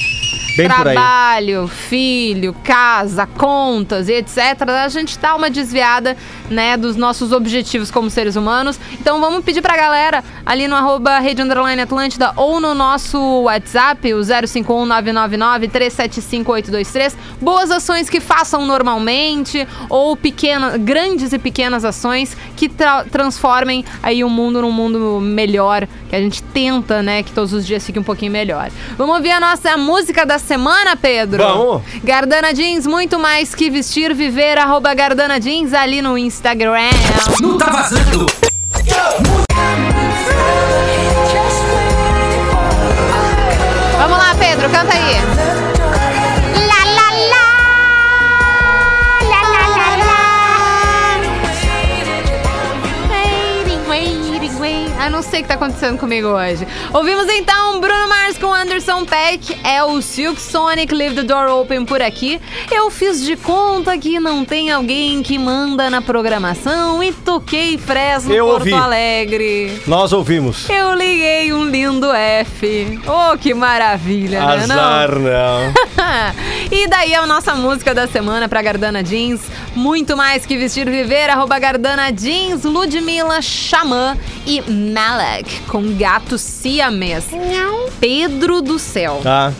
Speaker 6: Bem por aí.
Speaker 5: Trabalho, filho, casa, contas e etc. A gente tá uma desviada, né, dos nossos objetivos como seres humanos. Então vamos pedir pra galera ali no arroba Rede Underline Atlântida ou no nosso WhatsApp, o 051-999-375-823. Boas ações que façam normalmente ou pequenas, grandes e pequenas ações que tra- transformem aí o mundo num mundo melhor, que a gente tenta, né, que todos os dias fique um pouquinho melhor. Vamos ouvir a nossa música da semana, Pedro?
Speaker 6: Vamos.
Speaker 5: Gardana Jeans, muito mais que vestir, viver, arroba Gardana Jeans ali no Instagram.
Speaker 2: Não tá vazando!
Speaker 5: Vamos lá, Pedro, canta aí. Lá, lá, lá. Lá, lá, lá, lá. Waiting, waiting, waiting. Ah, não sei o que tá acontecendo comigo hoje. Ouvimos então Bruno Mars com Anderson Peck. É o Silk Sonic Leave the Door Open por aqui. Eu fiz de conta que não tem alguém que manda na programação e toquei Fresno
Speaker 6: Eu
Speaker 5: Porto
Speaker 6: ouvi.
Speaker 5: Alegre.
Speaker 6: Nós ouvimos.
Speaker 5: Eu liguei um lindo F. Oh, que maravilha, né? Não?
Speaker 6: Azar, não.
Speaker 5: e daí a nossa música da semana pra Gardana Jeans. Muito mais que vestir viver, arroba Gardana Jeans, Ludmilla, Xamã e Malek com gato siamês. Pedro do céu.
Speaker 6: Tá.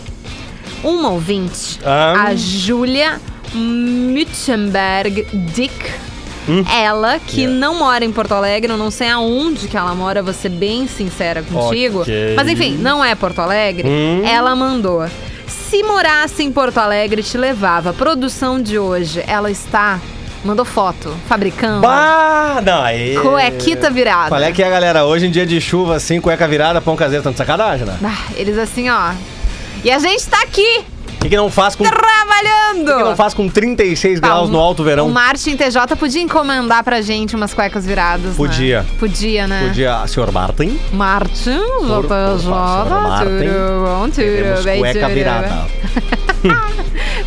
Speaker 5: Uma ouvinte,
Speaker 6: Ah.
Speaker 5: a Júlia Mützenberg Dick.
Speaker 6: Hum.
Speaker 5: Ela que não mora em Porto Alegre, eu não sei aonde que ela mora, vou ser bem sincera contigo.
Speaker 6: Ok. Hum.
Speaker 5: Mas enfim, não é Porto Alegre. Ela mandou. Se morasse em Porto Alegre, te levava. Produção de hoje, ela está. Mandou foto, fabricando.
Speaker 6: Bah, não, aí.
Speaker 5: Cuequita virada.
Speaker 6: Qual é que é, galera? Hoje em dia de chuva, assim, cueca virada, pão caseiro, tanto sacanagem, né?
Speaker 5: Ah, eles assim, ó. E a gente tá aqui,
Speaker 6: O que, que não faz com. O que,
Speaker 5: trabalhando!
Speaker 6: que não faz com 36
Speaker 5: Tá,
Speaker 6: graus
Speaker 5: o-
Speaker 6: no alto verão?
Speaker 5: O Martin TJ podia encomendar pra gente umas cuecas viradas. né?
Speaker 6: Podia.
Speaker 5: Podia, né?
Speaker 6: Podia, senhor Martin.
Speaker 5: Martin,
Speaker 6: Por- por
Speaker 5: JJ,
Speaker 6: favor,
Speaker 5: tudo bom,
Speaker 6: Temos
Speaker 5: tudo bem,
Speaker 6: cueca
Speaker 5: tudo
Speaker 6: virada.
Speaker 5: bem.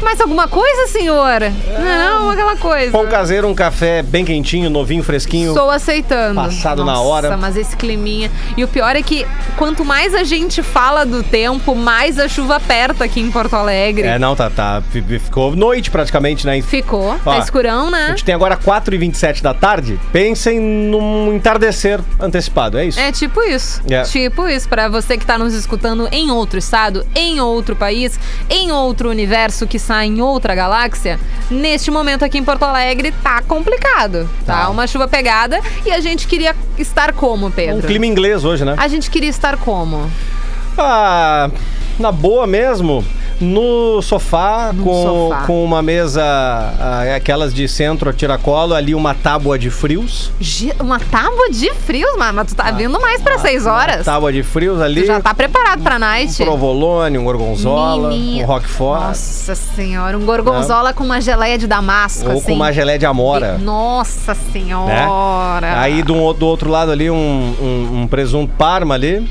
Speaker 5: Mais alguma coisa, senhor?
Speaker 6: É.
Speaker 5: Não, não, aquela coisa.
Speaker 6: Pão caseiro, um café bem quentinho, novinho, fresquinho.
Speaker 5: Estou aceitando.
Speaker 6: Passado na
Speaker 5: Nossa,
Speaker 6: hora.
Speaker 5: mas esse climinha. E o pior é que quanto mais a gente fala do tempo, mais a chuva aperta aqui em Porto Alegre.
Speaker 6: É, não, tá, tá. F- f- Ficou noite praticamente, né?
Speaker 5: Ficou,
Speaker 6: Ó,
Speaker 5: tá escurão,
Speaker 6: A
Speaker 5: né?
Speaker 6: gente tem agora 4h27 da tarde. Pensem num entardecer antecipado, é isso?
Speaker 5: É tipo isso.
Speaker 6: É.
Speaker 5: Tipo isso, pra você que tá nos escutando em outro estado, em outro país, em outro universo que sai em outra galáxia, neste momento aqui em Porto Alegre tá complicado. Tá,
Speaker 6: Tá.
Speaker 5: uma chuva pegada e a gente queria estar como, Pedro?
Speaker 6: Um clima inglês hoje, né?
Speaker 5: A gente queria estar como?
Speaker 6: Ah, na boa mesmo. No sofá,
Speaker 5: No
Speaker 6: com,
Speaker 5: sofá.
Speaker 6: com uma mesa, ah, aquelas de centro a tiracolo, ali uma tábua de frios.
Speaker 5: Ge- Uma tábua de frios, mano, mas tu tá vindo mais pra seis horas.
Speaker 6: Tábua de frios
Speaker 5: Tu
Speaker 6: ali.
Speaker 5: já tá preparado pra
Speaker 6: um
Speaker 5: night?
Speaker 6: provolone, um gorgonzola,
Speaker 5: Menino.
Speaker 6: um roquefort.
Speaker 5: Nossa senhora, um gorgonzola com uma geleia de damasco,
Speaker 6: ou
Speaker 5: assim.
Speaker 6: com uma gelé de amora. né?
Speaker 5: Nossa senhora.
Speaker 6: Aí do, o- do outro lado ali, um, um- um presunto parma ali.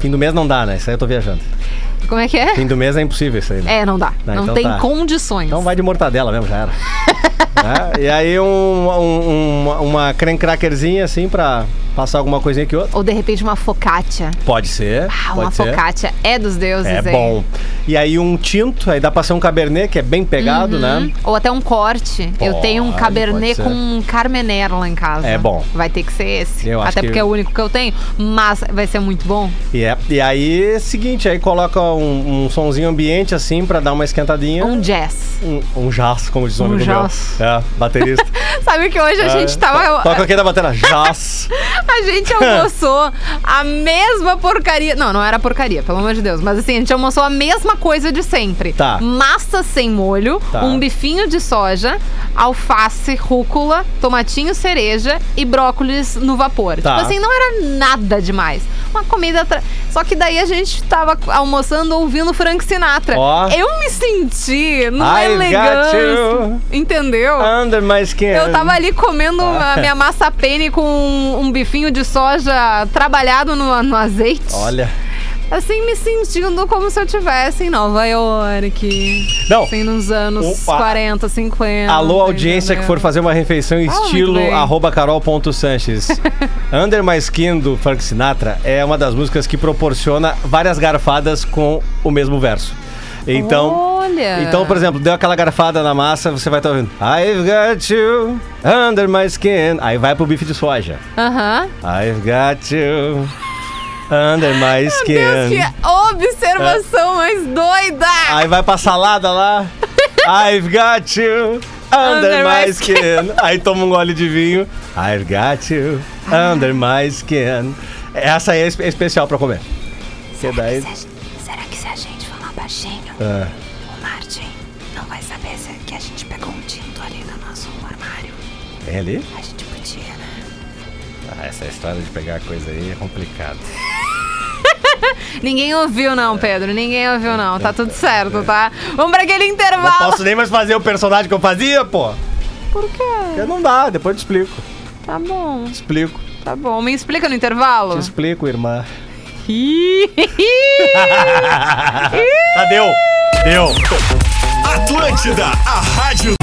Speaker 6: Fim do mês não dá, né? Isso aí eu tô viajando.
Speaker 5: Como é que é?
Speaker 6: Fim do mês é impossível isso aí, né?
Speaker 5: É, não dá.
Speaker 6: Não,
Speaker 5: Não,
Speaker 6: então
Speaker 5: tem
Speaker 6: tá.
Speaker 5: condições.
Speaker 6: Então vai de mortadela mesmo, já era. Né? E aí um, um- uma, uma creme crackerzinha assim pra passar alguma coisinha que outra.
Speaker 5: Ou de repente uma focaccia.
Speaker 6: Pode ser.
Speaker 5: Ah,
Speaker 6: pode
Speaker 5: uma
Speaker 6: ser.
Speaker 5: focaccia é dos deuses,
Speaker 6: É
Speaker 5: hein?
Speaker 6: bom. E aí um tinto, aí dá pra ser um cabernet, que é bem pegado, né?
Speaker 5: Ou até um corte. Eu tenho um
Speaker 6: Pode, pode
Speaker 5: cabernet
Speaker 6: ser.
Speaker 5: com um carmener lá em casa.
Speaker 6: É bom.
Speaker 5: Vai ter que ser esse.
Speaker 6: Eu acho
Speaker 5: até
Speaker 6: que-
Speaker 5: porque é o único que eu tenho, mas vai ser muito bom.
Speaker 6: E, é, e aí, seguinte, aí coloca um, um sonzinho ambiente assim pra dar uma esquentadinha.
Speaker 5: Um jazz.
Speaker 6: Um, um jazz, como diz o
Speaker 5: Um
Speaker 6: amigo meu.
Speaker 5: jazz.
Speaker 6: É. É, baterista.
Speaker 5: Sabe que hoje a gente tava.
Speaker 6: É. Toca aqui da bateria. Jazz.
Speaker 5: A gente almoçou a mesma porcaria. Não, não era porcaria, pelo amor de Deus. Mas assim, a gente almoçou a mesma coisa de sempre.
Speaker 6: Tá.
Speaker 5: Massa sem molho,
Speaker 6: Tá.
Speaker 5: um bifinho de soja, alface, rúcula, tomatinho cereja e brócolis no vapor.
Speaker 6: Tá.
Speaker 5: Tipo assim, não era nada demais. Uma comida. Tra... Só que daí a gente tava almoçando ouvindo Frank Sinatra.
Speaker 6: Ó.
Speaker 5: Eu me senti numa
Speaker 6: I've got
Speaker 5: elegância.
Speaker 6: you.
Speaker 5: Entendeu?
Speaker 6: Under my skin.
Speaker 5: Eu tava ali comendo
Speaker 6: Ah.
Speaker 5: a minha massa pene com um, um bifinho de soja trabalhado no, no azeite.
Speaker 6: Olha.
Speaker 5: Assim, me sentindo como se eu estivesse em Nova York.
Speaker 6: Não.
Speaker 5: Assim, nos anos
Speaker 6: Opa.
Speaker 5: 40, 50.
Speaker 6: Alô, audiência que for
Speaker 5: entendeu?
Speaker 6: fazer uma refeição
Speaker 5: Fala muito
Speaker 6: estilo
Speaker 5: bem.
Speaker 6: arroba carol.sanches. Under My Skin do Frank Sinatra é uma das músicas que proporciona várias garfadas com o mesmo verso. Então,
Speaker 5: Olha.
Speaker 6: então, por exemplo, deu aquela garfada na massa, você vai estar ouvindo I've got you under my skin. Aí vai pro bife de soja.
Speaker 5: Aham.
Speaker 6: I've got you under my skin.
Speaker 5: Deus, que observação mais doida!
Speaker 6: Aí vai pra salada lá. I've got you under my skin. Aí toma um gole de vinho. I've got you under my skin. Essa aí é espe- especial pra comer. Você daí.
Speaker 9: Será que se a gente falar baixinho,
Speaker 6: Ah.
Speaker 9: o Martin não vai saber se que a gente pegou um tinto ali no nosso armário?
Speaker 6: Tem ali?
Speaker 9: A gente podia, né?
Speaker 6: Ah, essa história de pegar coisa aí é complicada.
Speaker 5: Ninguém ouviu, não, Pedro. Ninguém ouviu, não. Tá tudo certo, tá? Vamos pra aquele
Speaker 6: Não
Speaker 5: intervalo.
Speaker 6: posso nem mais fazer o personagem que eu fazia, pô.
Speaker 5: Por quê?
Speaker 6: Porque Não dá, depois eu te explico.
Speaker 5: Tá bom,
Speaker 6: Te explico.
Speaker 5: tá bom. Me explica no intervalo.
Speaker 6: Te explico, irmã. tá, deu. Deu.
Speaker 2: Atlântida, a rádio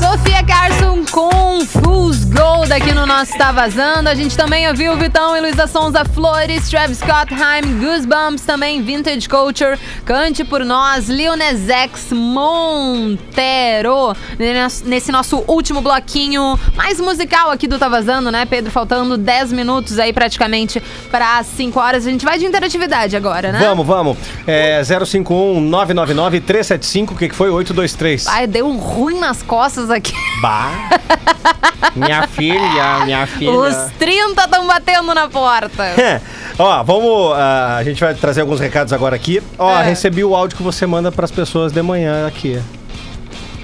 Speaker 5: Sofia Carson com Fools Gold aqui no nosso Tá Vazando. A gente também ouviu Vitão e Luísa Sonza Flores, Travis Scott, Haim, Goosebumps, também Vintage Culture, Cante Por Nós, Lil Nas X, Montero. Nesse- Nesse nosso último bloquinho mais musical aqui do Tá Vazando, né, Pedro? Faltando 10 minutos aí praticamente para 5 horas. A gente vai de interatividade agora, né?
Speaker 6: Vamos, vamos. É 051 999 375, o que que foi? 823.
Speaker 5: Ai, deu um ruim nas costas aqui.
Speaker 6: Bah. minha filha, minha filha.
Speaker 5: Os 30 estão batendo na porta.
Speaker 6: Ó, vamos. ah, a gente vai trazer alguns recados agora aqui. Ó,
Speaker 5: É.
Speaker 6: recebi o áudio que você manda pras pessoas de manhã aqui.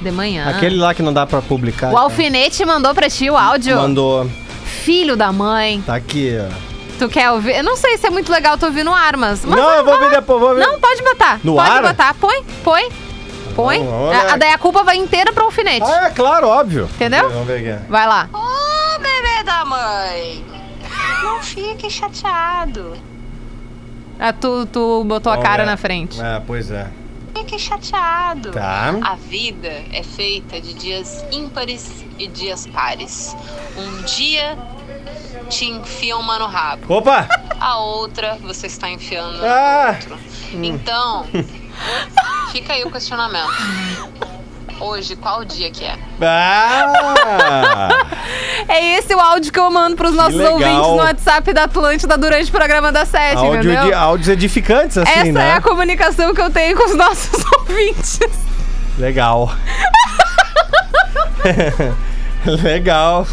Speaker 5: De manhã.
Speaker 6: Aquele lá que não dá pra publicar.
Speaker 5: Ah.
Speaker 6: tá?
Speaker 5: O alfinete mandou pra ti o áudio.
Speaker 6: Mandou.
Speaker 5: Filho da mãe.
Speaker 6: Tá aqui, ó.
Speaker 5: Tu quer ouvir? Eu não sei se é muito legal tu ouvindo armas. Mas
Speaker 6: não,
Speaker 5: vai-
Speaker 6: eu vou
Speaker 5: vai
Speaker 6: ver
Speaker 5: lá.
Speaker 6: depois. Vou ver.
Speaker 5: Não, pode botar.
Speaker 6: No
Speaker 5: pode
Speaker 6: ar?
Speaker 5: botar. Põe, põe, põe.
Speaker 6: Não, vamos
Speaker 5: A-
Speaker 6: olhar.
Speaker 5: daí a culpa vai inteira pro alfinete.
Speaker 6: Ah, é claro, óbvio.
Speaker 5: Entendeu?
Speaker 6: Vamos ver aqui.
Speaker 5: Vai lá.
Speaker 9: Ô, bebê da mãe! Não fique chateado.
Speaker 5: Ah, tu, tu botou a
Speaker 6: Vamos
Speaker 5: cara
Speaker 6: ver.
Speaker 5: na frente.
Speaker 6: Ah, pois é.
Speaker 9: Fique chateado.
Speaker 6: Tá.
Speaker 9: A vida é feita de dias ímpares e dias pares. Um dia te enfia uma no rabo,
Speaker 6: Opa!
Speaker 9: a outra você está enfiando no
Speaker 6: Ah!
Speaker 9: outro. Então, fica aí o questionamento. Hoje, qual o dia que é?
Speaker 6: Ah!
Speaker 5: É esse o áudio que eu mando pros nossos
Speaker 6: legal.
Speaker 5: ouvintes no WhatsApp da Atlântida durante o programa da Sete,
Speaker 6: áudio
Speaker 5: entendeu?
Speaker 6: de, áudios edificantes, assim,
Speaker 5: Essa
Speaker 6: né?
Speaker 5: é a comunicação que eu tenho com os nossos ouvintes.
Speaker 6: Legal. Legal.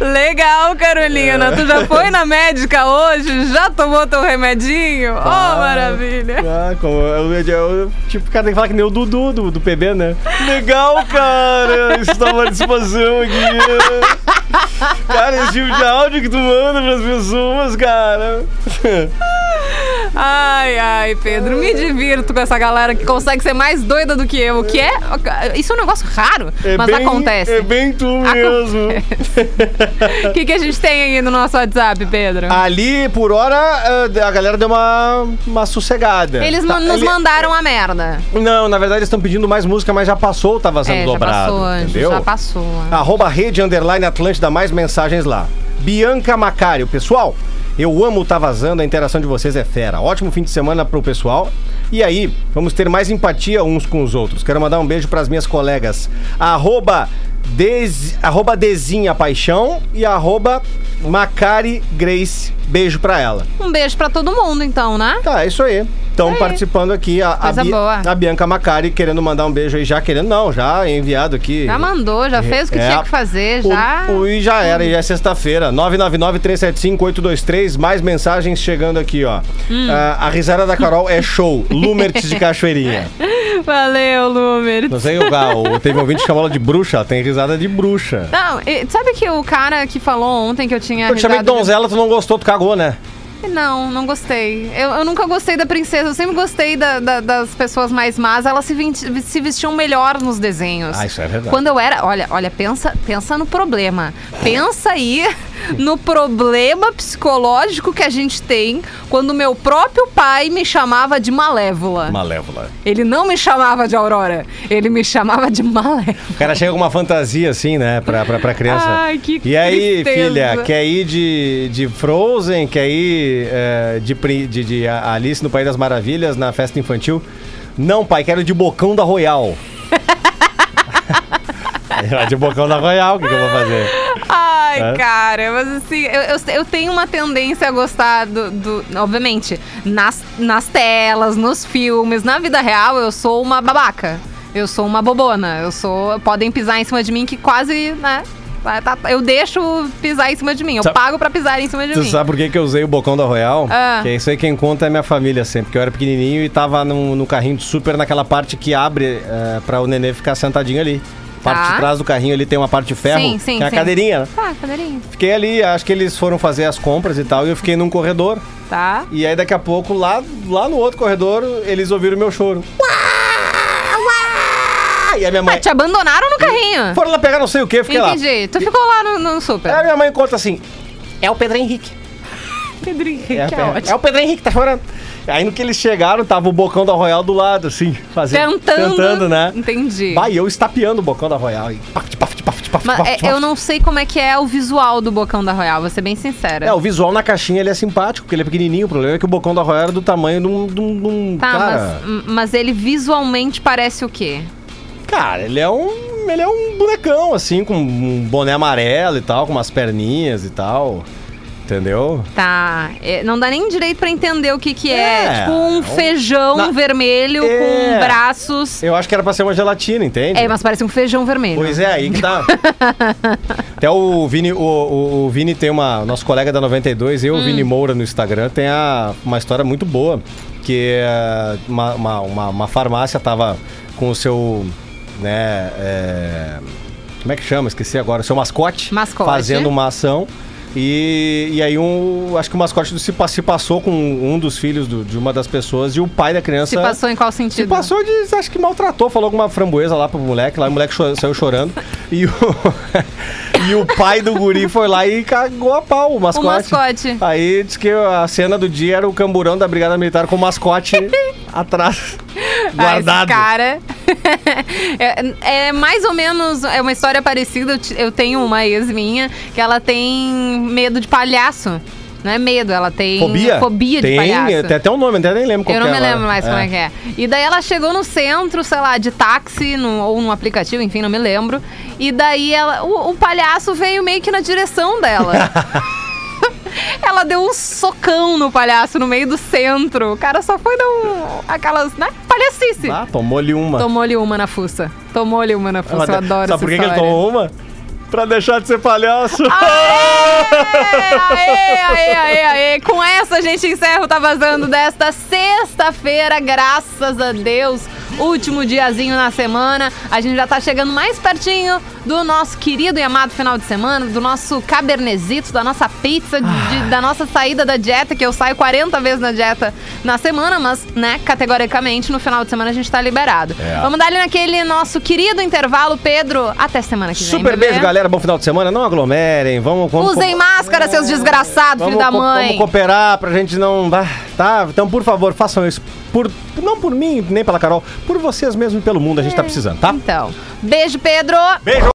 Speaker 5: Legal, Carolina. Tu
Speaker 6: É.
Speaker 5: já foi na médica hoje? Já tomou teu remedinho? Oh, maravilha.
Speaker 6: Ah, como eu, eu- eu- tipo, o cara tem que falar que nem o Dudu do, do PB, né? Legal, cara! Estava à disposição aqui. Cara, esse tipo de áudio que tu manda pras pessoas, cara.
Speaker 5: Ai, ai, Pedro, me divirto com essa galera que consegue ser mais doida do que eu. O que é? Isso é um negócio raro,
Speaker 6: É
Speaker 5: mas
Speaker 6: bem- É
Speaker 5: acontece.
Speaker 6: bem tu mesmo.
Speaker 5: O que, que a gente tem aí no nosso WhatsApp, Pedro?
Speaker 6: Ali, por hora, eh, a galera deu uma, uma sossegada.
Speaker 5: Eles
Speaker 6: Tá,
Speaker 5: ma- nos
Speaker 6: ali-
Speaker 5: mandaram a merda.
Speaker 6: Não, na verdade eles estão pedindo mais música, mas já passou o Tá Vazando
Speaker 5: É, já
Speaker 6: Dobrado.
Speaker 5: passou, anjo,
Speaker 6: entendeu? Tá.
Speaker 5: já passou.
Speaker 6: Arroba rede underline Atlântida, mais mensagens lá. Bianca Macário, pessoal, eu amo o Tá Vazando, a interação de vocês é fera. Ótimo fim de semana pro pessoal. E aí, vamos ter mais empatia uns com os outros. Quero mandar um beijo pras minhas colegas. Arroba Dez, arroba Dezinha Paixão e arroba Macari Grace. Beijo pra ela.
Speaker 5: Um beijo pra todo mundo, então, né?
Speaker 6: Tá, é isso aí. Estão participando aqui a, a,
Speaker 5: Coisa
Speaker 6: Bi-
Speaker 5: boa.
Speaker 6: a Bianca Macari querendo mandar um beijo aí, já querendo, não, já enviado aqui.
Speaker 5: Já mandou, já fez o que
Speaker 6: É.
Speaker 5: tinha que fazer, já.
Speaker 6: O, o, e já era, e é sexta-feira. 999-375-823. Mais mensagens chegando aqui, ó.
Speaker 5: Hum.
Speaker 6: Ah, a risada da Carol é show. Lumertz de Cachoeirinha.
Speaker 5: Valeu, Lumer.
Speaker 6: Não sei, o Gal, teve um ouvinte que chamou ela de bruxa. Ela tem risada de bruxa.
Speaker 5: Não, e sabe que o cara que falou ontem que eu tinha.
Speaker 6: Eu te chamei de
Speaker 5: risado
Speaker 6: donzela, tu não gostou, tu cagou, né?
Speaker 5: Não, não gostei. Eu, eu nunca gostei da princesa, eu sempre gostei da- da- das pessoas mais más. Elas se, vin- se vestiam melhor nos desenhos.
Speaker 6: Ah, isso é verdade.
Speaker 5: Quando eu era. Olha, olha, pensa, pensa no problema. Pensa aí no problema psicológico que a gente tem quando meu próprio pai me chamava de malévola.
Speaker 6: Malévola.
Speaker 5: Ele não me chamava de Aurora, ele me chamava de malévola.
Speaker 6: O cara chega com uma fantasia assim, né, pra, pra, pra criança.
Speaker 5: Ai, que
Speaker 6: E aí,
Speaker 5: tristeza.
Speaker 6: filha, quer ir de, de Frozen? Quer ir eh, de, pri- de, de A- Alice no País das Maravilhas na festa infantil? Não, pai, quero de Bocão da Royal. Vai de Bocão da Royal, o que, que eu vou fazer?
Speaker 5: Ai,
Speaker 6: É.
Speaker 5: cara, mas assim, eu, eu, eu tenho uma tendência a gostar do. do- obviamente, nas, nas telas, nos filmes, na vida real, eu sou uma babaca. Eu sou uma bobona. Eu sou. Podem pisar em cima de mim que quase, né? tá- tá- Eu deixo pisar em cima de mim. Eu
Speaker 6: Sabe-
Speaker 5: pago pra pisar em cima de
Speaker 6: Tu
Speaker 5: mim.
Speaker 6: sabe por que, que eu usei o Bocão da Royal?
Speaker 5: Ah.
Speaker 6: Que é isso aí quem conta é minha família sempre. Porque eu era pequenininho e tava num- no, carrinho de super naquela parte que abre eh, pra o nenê ficar sentadinho ali. Parte
Speaker 5: Tá.
Speaker 6: de trás do carrinho ali tem uma parte de ferro,
Speaker 5: Sim, sim,
Speaker 6: que é a
Speaker 5: sim.
Speaker 6: cadeirinha, né?
Speaker 5: Tá, cadeirinha.
Speaker 6: Fiquei ali, acho que eles foram fazer as compras e tal, e eu fiquei num corredor.
Speaker 5: Tá.
Speaker 6: E aí daqui a pouco, lá, lá no outro corredor, eles ouviram meu choro. Uá, uá! E a minha
Speaker 5: Ah,
Speaker 6: mãe.
Speaker 5: te abandonaram no carrinho.
Speaker 6: Foram lá pegar não sei o que, fiquei lá.
Speaker 5: Entendi. Tu ficou lá no, no super.
Speaker 6: Aí a minha mãe conta assim:
Speaker 5: Pedrinho, que
Speaker 6: é,
Speaker 5: é
Speaker 6: é-
Speaker 5: ótimo.
Speaker 6: é o Pedro Henrique, tá chorando. Aí no que eles chegaram, tava o bocão da Royal do lado, assim, fazendo.
Speaker 5: Tentando.
Speaker 6: Tentando, né?
Speaker 5: Entendi.
Speaker 6: Vai, eu estapeando o bocão da Royal. E paf, paf, paf, paf,
Speaker 5: Mas
Speaker 6: paf,
Speaker 5: é,
Speaker 6: paf.
Speaker 5: eu não sei como é que é o visual do Bocão da Royal, vou ser bem sincera.
Speaker 6: É, o visual na caixinha ele é simpático, porque ele é pequenininho. O problema é que o bocão da Royal era do tamanho de um. de um- de um-
Speaker 5: tá,
Speaker 6: cara,
Speaker 5: mas, m- mas ele visualmente parece o quê?
Speaker 6: Cara, ele é um. Ele é um bonecão, assim, com um boné amarelo e tal, com umas perninhas e tal. Entendeu?
Speaker 5: Tá, é, não dá nem direito pra entender o que que é.
Speaker 6: É,
Speaker 5: tipo um
Speaker 6: um-
Speaker 5: feijão
Speaker 6: na-
Speaker 5: vermelho
Speaker 6: É.
Speaker 5: com braços.
Speaker 6: Eu acho que era pra ser uma gelatina, entende?
Speaker 5: É, mas parece um feijão vermelho.
Speaker 6: Pois é, aí que dá. Até o Vini, o, o- o Vini tem uma. Nosso colega da 92,
Speaker 5: Hum.
Speaker 6: eu, o Vini Moura no Instagram, tem a- uma história muito boa. Que é, uma, uma, uma- uma farmácia tava com o seu. né. é, como é que chama? Esqueci agora. O seu mascote.
Speaker 5: Mascote.
Speaker 6: Fazendo uma ação. E, e aí um. Acho que o mascote do se, pa- se passou com um dos filhos do- de uma das pessoas e o pai da criança.
Speaker 5: Se passou em qual sentido?
Speaker 6: Se passou de. Acho que maltratou, falou alguma framboesa lá pro moleque, lá o moleque cho- saiu chorando. E o, e o pai do guri foi lá e cagou a pau o mascote.
Speaker 5: mascote.
Speaker 6: Aí disse que a cena do dia era o camburão da Brigada Militar com o mascote atrás,
Speaker 5: Ah, esse
Speaker 6: guardado.
Speaker 5: cara. é, é mais ou menos. É uma história parecida. Eu, te- eu tenho uma ex minha que ela tem medo de palhaço. Não é medo, ela tem
Speaker 6: Fobia?
Speaker 5: de
Speaker 6: tem,
Speaker 5: palhaço.
Speaker 6: Tem até um nome, até nem lembro qual
Speaker 5: Eu não
Speaker 6: que
Speaker 5: me
Speaker 6: é lá.
Speaker 5: lembro mais como é que é. E daí ela chegou no centro, sei lá, de táxi num- ou num aplicativo, enfim, não me lembro. E daí ela, o, o palhaço veio meio que na direção dela. ela deu um socão no palhaço no meio do centro. O cara só foi dar um. aquelas. né? Palhacice.
Speaker 6: Ah, tomou-lhe uma.
Speaker 5: Tomou-lhe uma na fuça. Tomou-lhe uma na fuça.
Speaker 6: Ela-
Speaker 5: eu adoro
Speaker 6: Sabe por que
Speaker 5: essa
Speaker 6: que ele
Speaker 5: história.
Speaker 6: tomou uma? Pra deixar de ser palhaço.
Speaker 5: Aê, aê, aê, aê. Com essa a gente encerra o Tá Vazando desta sexta-feira, graças a Deus. Último diazinho na semana. A gente já tá chegando mais pertinho do nosso querido e amado final de semana, do nosso cabernezito, da nossa pizza,
Speaker 6: Ah.
Speaker 5: de- da nossa saída da dieta, que eu saio 40 vezes na dieta na semana, mas, né, categoricamente, no final de semana a gente tá liberado.
Speaker 6: É.
Speaker 5: Vamos dar ali naquele nosso querido intervalo, Pedro. Até semana que vem.
Speaker 6: Super
Speaker 5: bebê.
Speaker 6: beijo, galera. Bom final de semana. Não aglomerem. Vamos, vamos
Speaker 5: Usem máscara, seus desgraçados, filho
Speaker 6: Vamos,
Speaker 5: da
Speaker 6: co-
Speaker 5: mãe.
Speaker 6: vamos cooperar pra gente não. Ah, Tá? Então, por favor, façam isso. Por, não
Speaker 5: É. Hum.
Speaker 6: por mim, nem pela Carol, por vocês mesmo e pelo mundo. A gente tá precisando, tá?
Speaker 5: Então, beijo, Pedro.
Speaker 6: Beijo!